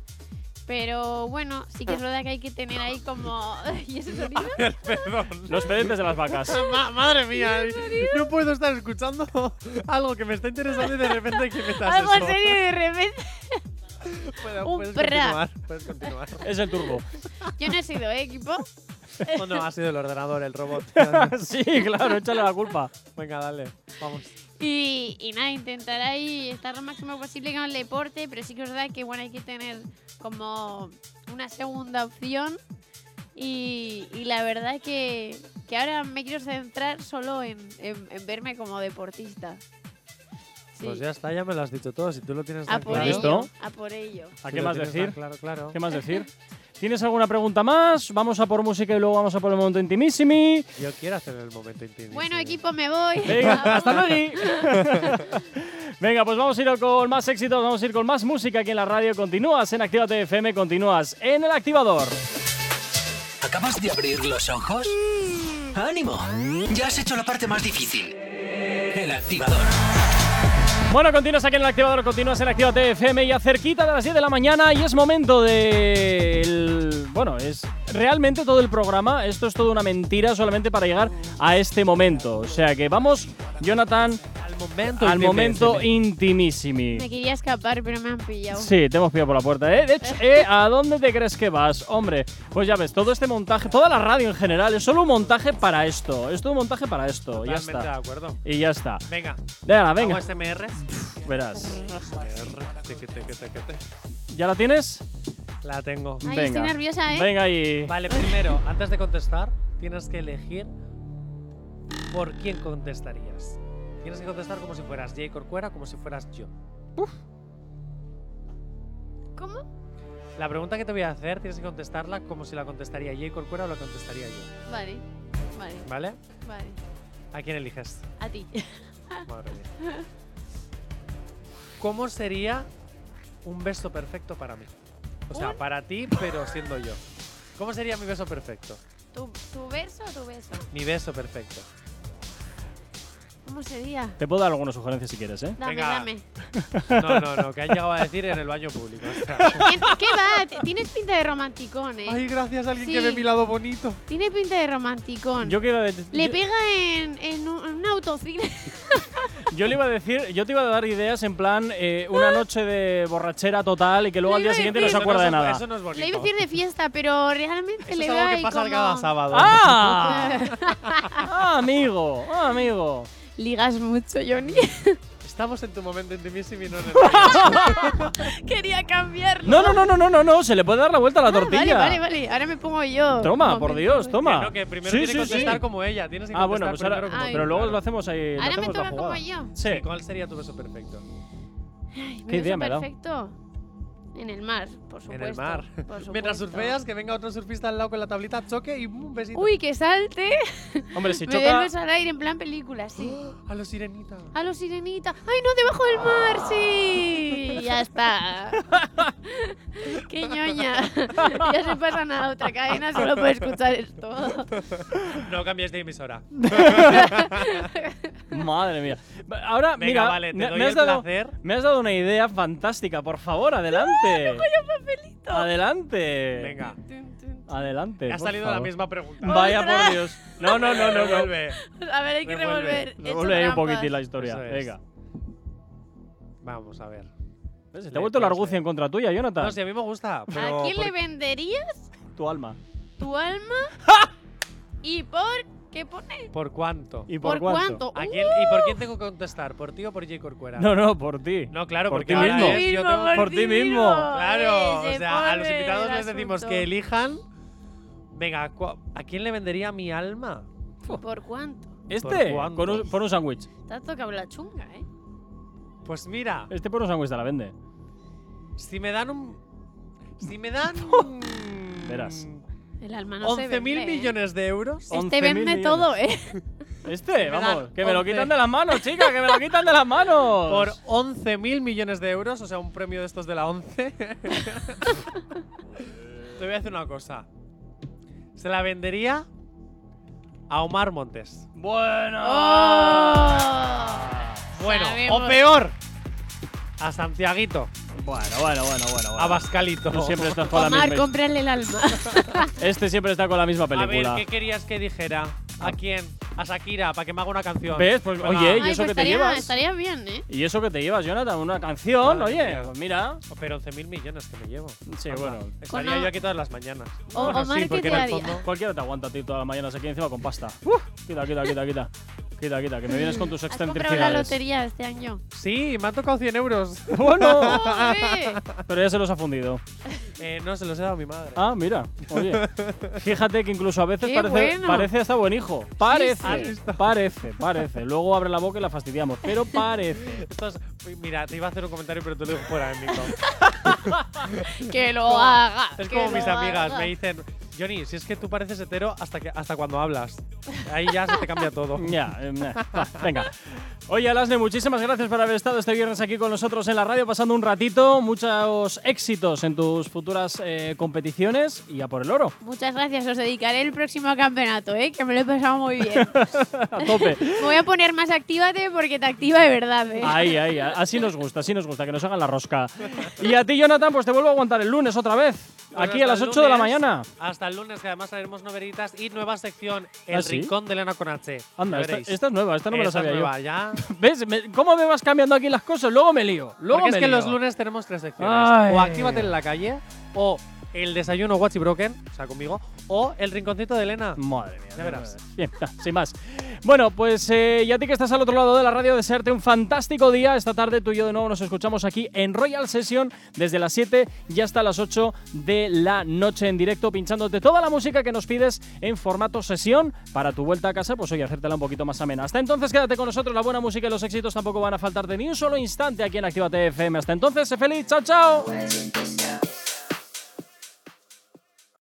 Speaker 1: Pero bueno, sí que es verdad que hay que tener ahí como. ¿Y ese sonido?
Speaker 3: Los pedentes de las vacas.
Speaker 12: Ma- madre mía,
Speaker 4: eh.
Speaker 12: no puedo estar escuchando algo que me está interesando y de repente que metas
Speaker 1: Algo
Speaker 12: eso.
Speaker 1: serio y de repente.
Speaker 12: Puedes-
Speaker 1: un
Speaker 12: puedes
Speaker 1: pra.
Speaker 12: continuar, puedes continuar.
Speaker 3: Es el turbo.
Speaker 1: Yo no he sido, ¿eh, equipo?
Speaker 4: ¿O no ha sido el ordenador, el robot?
Speaker 3: sí, claro, échale la culpa.
Speaker 4: Venga, dale, vamos.
Speaker 1: Y, y nada, intentar ahí estar lo máximo posible con el deporte, pero sí que es verdad que bueno, hay que tener como una segunda opción. Y, y la verdad que, que ahora me quiero centrar solo en, en- en verme como deportista. Sí,
Speaker 4: Pues ya está, ya me lo has dicho todo. Si tú lo tienes
Speaker 1: a
Speaker 4: tan
Speaker 1: por
Speaker 4: claro.
Speaker 1: ello.
Speaker 3: ¿Listo?
Speaker 1: A por ello.
Speaker 3: ¿A
Speaker 4: si
Speaker 3: qué
Speaker 4: lo
Speaker 3: más
Speaker 4: tienes tan
Speaker 3: decir?
Speaker 4: Claro, claro.
Speaker 3: ¿Qué más decir? ¿Tienes alguna pregunta más? Vamos a por música y luego vamos a por el momento intimissimi.
Speaker 4: Yo quiero hacer el momento intimidante.
Speaker 1: Bueno, equipo, me voy.
Speaker 3: Venga, hasta luego. Venga, pues vamos a ir con más éxitos, vamos a ir con más música aquí en la radio. Continúas en Actívate FM, continúas en el activador.
Speaker 2: ¿Acabas de abrir los ojos? ¡Ánimo! Ya has hecho la parte más difícil. El activador.
Speaker 3: Bueno, continúas aquí en el activador, continúas en Actívate FM ya cerquita de las 10 de la mañana y es momento de... el- Bueno, es realmente todo el programa, esto es toda una mentira solamente para llegar a este momento. O sea que vamos, Jonathan,
Speaker 4: Al momento
Speaker 3: al
Speaker 4: intimidante.
Speaker 3: momento intimísimi.
Speaker 1: Me quería escapar, pero me han pillado.
Speaker 3: Sí, te hemos pillado por la puerta. ¿eh? De hecho, ¿eh? ¿a dónde te crees que vas? Hombre, pues ya ves, todo este montaje, toda la radio en general, es solo un montaje para esto. Es todo un montaje para esto.
Speaker 4: Totalmente
Speaker 3: Ya
Speaker 4: de
Speaker 3: está.
Speaker 4: acuerdo.
Speaker 3: Y ya está.
Speaker 4: Venga, este
Speaker 3: Venga, venga,
Speaker 4: venga. SMR.
Speaker 3: verás.
Speaker 4: Teque, teque, teque, teque.
Speaker 3: ¿Ya la tienes?
Speaker 4: La tengo.
Speaker 1: Ay,
Speaker 3: venga.
Speaker 1: estoy nerviosa, ¿eh?
Speaker 3: Venga y.
Speaker 4: Vale, primero, antes de contestar, tienes que elegir por quién contestarías. Tienes que contestar como si fueras Jay Corcuera, como si fueras yo.
Speaker 1: ¿Cómo?
Speaker 4: La pregunta que te voy a hacer tienes que contestarla como si la contestaría Jay Corcuera o la contestaría yo.
Speaker 1: Vale, vale,
Speaker 4: ¿Vale?
Speaker 1: vale.
Speaker 4: ¿A quién eliges?
Speaker 1: A ti.
Speaker 4: Madre mía. ¿Cómo sería un beso perfecto para mí? O sea, para ti, pero siendo yo. ¿Cómo sería mi beso perfecto?
Speaker 1: ¿Tu, tu verso o tu beso?
Speaker 4: Mi beso perfecto.
Speaker 1: ¿Cómo sería?
Speaker 3: Te puedo dar algunas sugerencias si quieres, ¿eh?
Speaker 1: Dame,
Speaker 4: Venga.
Speaker 1: dame.
Speaker 4: No, no, no, que has llegado a decir en el baño público. O sea,
Speaker 1: ¿Qué, qué va? T- Tienes pinta de romanticón, eh.
Speaker 12: Ay, gracias a alguien que
Speaker 1: Sí.
Speaker 12: ve mi lado bonito.
Speaker 1: Tienes pinta de romanticón.
Speaker 3: Yo, que iba a de-
Speaker 1: Le
Speaker 3: yo-
Speaker 1: pega en, en un, en un autocine.
Speaker 3: yo le iba a decir, yo te iba a dar ideas en plan eh, una noche de borrachera total y que luego
Speaker 1: Ah. Le
Speaker 3: al día
Speaker 1: iba a
Speaker 3: siguiente no se
Speaker 1: decir-
Speaker 4: eso
Speaker 3: acuerda de
Speaker 4: no es-
Speaker 3: nada.
Speaker 4: Eso no es bonito.
Speaker 1: Le iba a decir de fiesta, pero realmente
Speaker 4: Eso
Speaker 1: le
Speaker 4: es
Speaker 1: veo
Speaker 4: algo que
Speaker 1: ahí
Speaker 4: pasa
Speaker 1: como
Speaker 4: cada sábado.
Speaker 3: ¡Ah! ¡Ah, amigo! ¡Ah, amigo!
Speaker 1: Ligas mucho, Johnny.
Speaker 4: Estamos en tu momento intimísimo y no en el
Speaker 1: Quería cambiarlo.
Speaker 3: No, no, no, no, no, no, no, se le puede dar la vuelta a la
Speaker 1: Ah,
Speaker 3: tortilla.
Speaker 1: Vale, vale, vale. Ahora me pongo yo.
Speaker 3: Toma,
Speaker 1: Un
Speaker 3: por
Speaker 1: momento.
Speaker 3: Dios, toma.
Speaker 4: Que no, que primero
Speaker 3: Sí,
Speaker 4: tienes que
Speaker 3: sí, sí.
Speaker 4: contestar como ella. Tienes que
Speaker 3: Ah, bueno,
Speaker 4: contestar
Speaker 3: pues ahora.
Speaker 4: primero como
Speaker 1: Ay.
Speaker 3: Pero luego lo
Speaker 4: Claro.
Speaker 3: hacemos ahí. lo
Speaker 1: Ahora me
Speaker 3: hacemos la
Speaker 1: toca como
Speaker 3: jugada.
Speaker 1: yo.
Speaker 3: Sí.
Speaker 4: ¿Y ¿Cuál sería tu beso perfecto?
Speaker 1: Ay,
Speaker 3: Qué idea
Speaker 1: beso
Speaker 3: me ha dado.
Speaker 1: Perfecto. En el mar, por supuesto.
Speaker 4: En el mar.
Speaker 1: Por
Speaker 4: Mientras
Speaker 1: supuesto.
Speaker 4: surfeas, que venga otro surfista al lado con la tablita, choque y un besito.
Speaker 1: Uy, que salte.
Speaker 3: Hombre, si
Speaker 1: me dé el
Speaker 3: choca.
Speaker 1: beso al aire en plan película, sí.
Speaker 4: A los sirenita.
Speaker 1: A los sirenita. ¡Ay, no, debajo del mar! ¡Sí! Ya está. ¡Qué ñoña! ya se pasan a otra cadena solo por escuchar esto.
Speaker 4: No cambies de emisora.
Speaker 3: Madre mía. Ahora,
Speaker 4: Venga,
Speaker 3: mira,
Speaker 4: vale, te
Speaker 3: me,
Speaker 4: doy
Speaker 3: me has
Speaker 4: el
Speaker 3: dado,
Speaker 4: placer.
Speaker 3: me has dado una idea fantástica. Por favor, adelante. Adelante.
Speaker 4: Venga.
Speaker 1: Tun, tun.
Speaker 3: Adelante.
Speaker 4: Ha
Speaker 3: Eh, por
Speaker 4: salido
Speaker 3: favor.
Speaker 4: la misma pregunta.
Speaker 3: Vaya
Speaker 1: ¡Ostras!
Speaker 3: por Dios. No, no, no, no, no.
Speaker 4: Vuelve.
Speaker 1: A ver, hay que
Speaker 4: Revuelve,
Speaker 1: revolver. He hecho
Speaker 3: Vuelve ahí un
Speaker 1: trampas.
Speaker 3: poquitín la historia.
Speaker 4: Eso es.
Speaker 3: Venga.
Speaker 4: Vamos a ver.
Speaker 3: ¿Ves? Pues Te
Speaker 4: Le
Speaker 3: ha vuelto la
Speaker 4: puedes
Speaker 3: argucia
Speaker 4: ver.
Speaker 3: en contra tuya, Jonathan.
Speaker 4: No, si a mí me gusta. Pero
Speaker 1: ¿A quién
Speaker 4: por-
Speaker 1: le venderías
Speaker 3: Tu alma.
Speaker 1: tu alma? ¿Y por qué pone?
Speaker 4: ¿Por cuánto?
Speaker 3: ¿Y
Speaker 1: ¿Por,
Speaker 3: por,
Speaker 1: cuánto?
Speaker 4: ¿A quién- ¿Y por quién tengo que contestar? ¿por ti o por J. Corcuera?
Speaker 3: No, no, por ti.
Speaker 4: No, claro,
Speaker 3: Por
Speaker 4: porque
Speaker 3: ti
Speaker 4: ahora
Speaker 3: mismo.
Speaker 4: es, yo tengo-
Speaker 3: por ti mismo.
Speaker 4: Claro,
Speaker 1: Ay,
Speaker 4: o
Speaker 1: se
Speaker 4: sea, a los
Speaker 1: pone
Speaker 4: invitados
Speaker 1: el
Speaker 4: les decimos
Speaker 1: asunto.
Speaker 4: que elijan. Venga, ¿cu- ¿a quién le vendería mi alma?
Speaker 1: ¿Por cuánto?
Speaker 3: Este,
Speaker 4: ¿Por cuánto?
Speaker 3: con un, por un sándwich.
Speaker 1: Te has tocado la chunga, ¿eh?
Speaker 4: Pues mira,
Speaker 3: Este por un sándwich te la vende.
Speaker 4: si me dan un. Si me dan.
Speaker 3: Verás.
Speaker 1: El alma no se
Speaker 4: 11
Speaker 1: vende.
Speaker 4: mil
Speaker 1: ¿eh?
Speaker 4: millones de euros.
Speaker 3: Oh,
Speaker 1: Este
Speaker 3: 11.000
Speaker 1: vende
Speaker 3: millones.
Speaker 1: todo, ¿eh?
Speaker 3: Este,
Speaker 4: Me dan
Speaker 3: vamos, que me lo
Speaker 4: once.
Speaker 3: quitan de las manos, chica, que me lo quitan de las manos.
Speaker 4: Por 11 mil millones de euros, o sea, un premio de estos de la 11. Te voy a decir una cosa. Se la vendería a Omar Montes.
Speaker 3: Bueno.
Speaker 1: Oh.
Speaker 4: Bueno,
Speaker 1: Sabemos.
Speaker 4: o peor, a Santiaguito.
Speaker 3: Bueno, bueno, bueno, bueno. bueno.
Speaker 4: Abascalito.
Speaker 3: Tú siempre estás con la
Speaker 1: Omar,
Speaker 3: misma.
Speaker 1: cómprale el alma.
Speaker 3: Este siempre está con la misma
Speaker 4: A ver,
Speaker 3: película. Ah.
Speaker 4: ¿qué querías que dijera? ¿A quién? A Shakira, para que me haga una canción.
Speaker 3: ¿Ves? Pues,
Speaker 4: Venga.
Speaker 3: oye, ¿y
Speaker 1: Ay,
Speaker 3: eso
Speaker 1: pues
Speaker 3: que te
Speaker 1: estaría,
Speaker 3: llevas?
Speaker 1: estaría bien, ¿eh?
Speaker 3: ¿Y eso que te llevas, Jonathan? Una canción,
Speaker 4: Madre
Speaker 3: oye.
Speaker 4: mía.
Speaker 3: Pues mira.
Speaker 4: oh, Pero 11.000 millones que me llevo.
Speaker 3: Sí,
Speaker 4: Anda,
Speaker 3: bueno.
Speaker 4: Estaría
Speaker 1: Con-
Speaker 4: yo aquí todas las mañanas.
Speaker 1: O-
Speaker 4: Bueno,
Speaker 1: Omar,
Speaker 4: sí,
Speaker 1: ¿qué
Speaker 4: porque
Speaker 1: te
Speaker 4: en el
Speaker 1: haría?
Speaker 4: fondo…
Speaker 3: Cualquiera te aguanta a ti todas las mañanas aquí encima con pasta. Uf, quita, quita, quita, quita. Quita, quita, que me vienes con tus
Speaker 1: Has comprado la
Speaker 3: excentricidades.
Speaker 1: lotería este año.
Speaker 4: Sí, me han tocado 100 euros.
Speaker 3: Bueno,
Speaker 1: ¡Joder!
Speaker 3: pero ya se los ha fundido.
Speaker 4: Eh, no, se los he dado a mi madre.
Speaker 3: Ah, mira, oye. Fíjate que incluso a veces
Speaker 1: Qué
Speaker 3: parece,
Speaker 1: bueno.
Speaker 3: parece hasta buen hijo. Parece, parece, parece. Luego abre la boca y la fastidiamos, pero parece.
Speaker 4: Esto es- uy, mira, te iba a hacer un comentario, pero te lo digo fuera de mí.
Speaker 1: que lo haga.
Speaker 4: Es
Speaker 1: que
Speaker 4: como
Speaker 1: lo
Speaker 4: mis amigas
Speaker 1: haga.
Speaker 4: me dicen, Johnny, si es que tú pareces hetero hasta, que, hasta cuando hablas. Ahí ya se te cambia todo.
Speaker 3: Ya, eh, nah, va, venga. Oye, Alasne, muchísimas gracias por haber estado este viernes aquí con nosotros en la radio, pasando un ratito. Muchos éxitos en tus futuras eh, competiciones y a por el oro.
Speaker 1: Muchas gracias, os dedicaré el próximo campeonato, ¿eh? que me lo he pasado muy bien.
Speaker 3: A tope.
Speaker 1: me voy a poner más actívate porque te activa de verdad. ¿eh?
Speaker 3: Ahí, ahí, a- así nos gusta, así nos gusta, que nos hagan la rosca. Y a ti, Jonathan, pues te vuelvo a aguantar el lunes otra vez,
Speaker 4: Pues
Speaker 3: aquí
Speaker 4: hasta
Speaker 3: a las
Speaker 4: el
Speaker 3: 8 de la
Speaker 4: lunes,
Speaker 3: mañana.
Speaker 4: Hasta el lunes, que además haremos novelitas y nueva sección, El
Speaker 3: ¿Ah, sí?
Speaker 4: Rincón de Elena con H.
Speaker 3: Anda,
Speaker 4: Ya
Speaker 3: esta,
Speaker 4: veréis.
Speaker 3: esta es nueva, esta no me la
Speaker 4: Esa es
Speaker 3: sabía yo.
Speaker 4: nueva, ya.
Speaker 3: ¿Ves? Me- ¿Cómo me vas cambiando aquí las cosas? Luego me lío. Luego
Speaker 4: Porque
Speaker 3: me
Speaker 4: es que
Speaker 3: lío.
Speaker 4: los lunes tenemos tres secciones.
Speaker 3: Ay.
Speaker 4: O Actívate en la calle, o El Desayuno Watchy Broken, o sea, conmigo, o El Rinconcito de Elena.
Speaker 3: Madre mía.
Speaker 4: Ya verás.
Speaker 3: Bien, ya, sin más. Bueno, pues eh, y a ti que estás al otro lado de la radio, desearte un fantástico día. Esta tarde tú y yo de nuevo nos escuchamos aquí en Royal Session desde las 7 y hasta las 8 de la noche en directo, pinchándote toda la música que nos pides en formato sesión para tu vuelta a casa, pues hoy hacértela un poquito más amena. Hasta entonces quédate con nosotros, la buena música y los éxitos tampoco van a faltarte ni un solo instante aquí en Actívate FM. Hasta entonces, sé feliz, chao, chao.
Speaker 13: Why did this happen?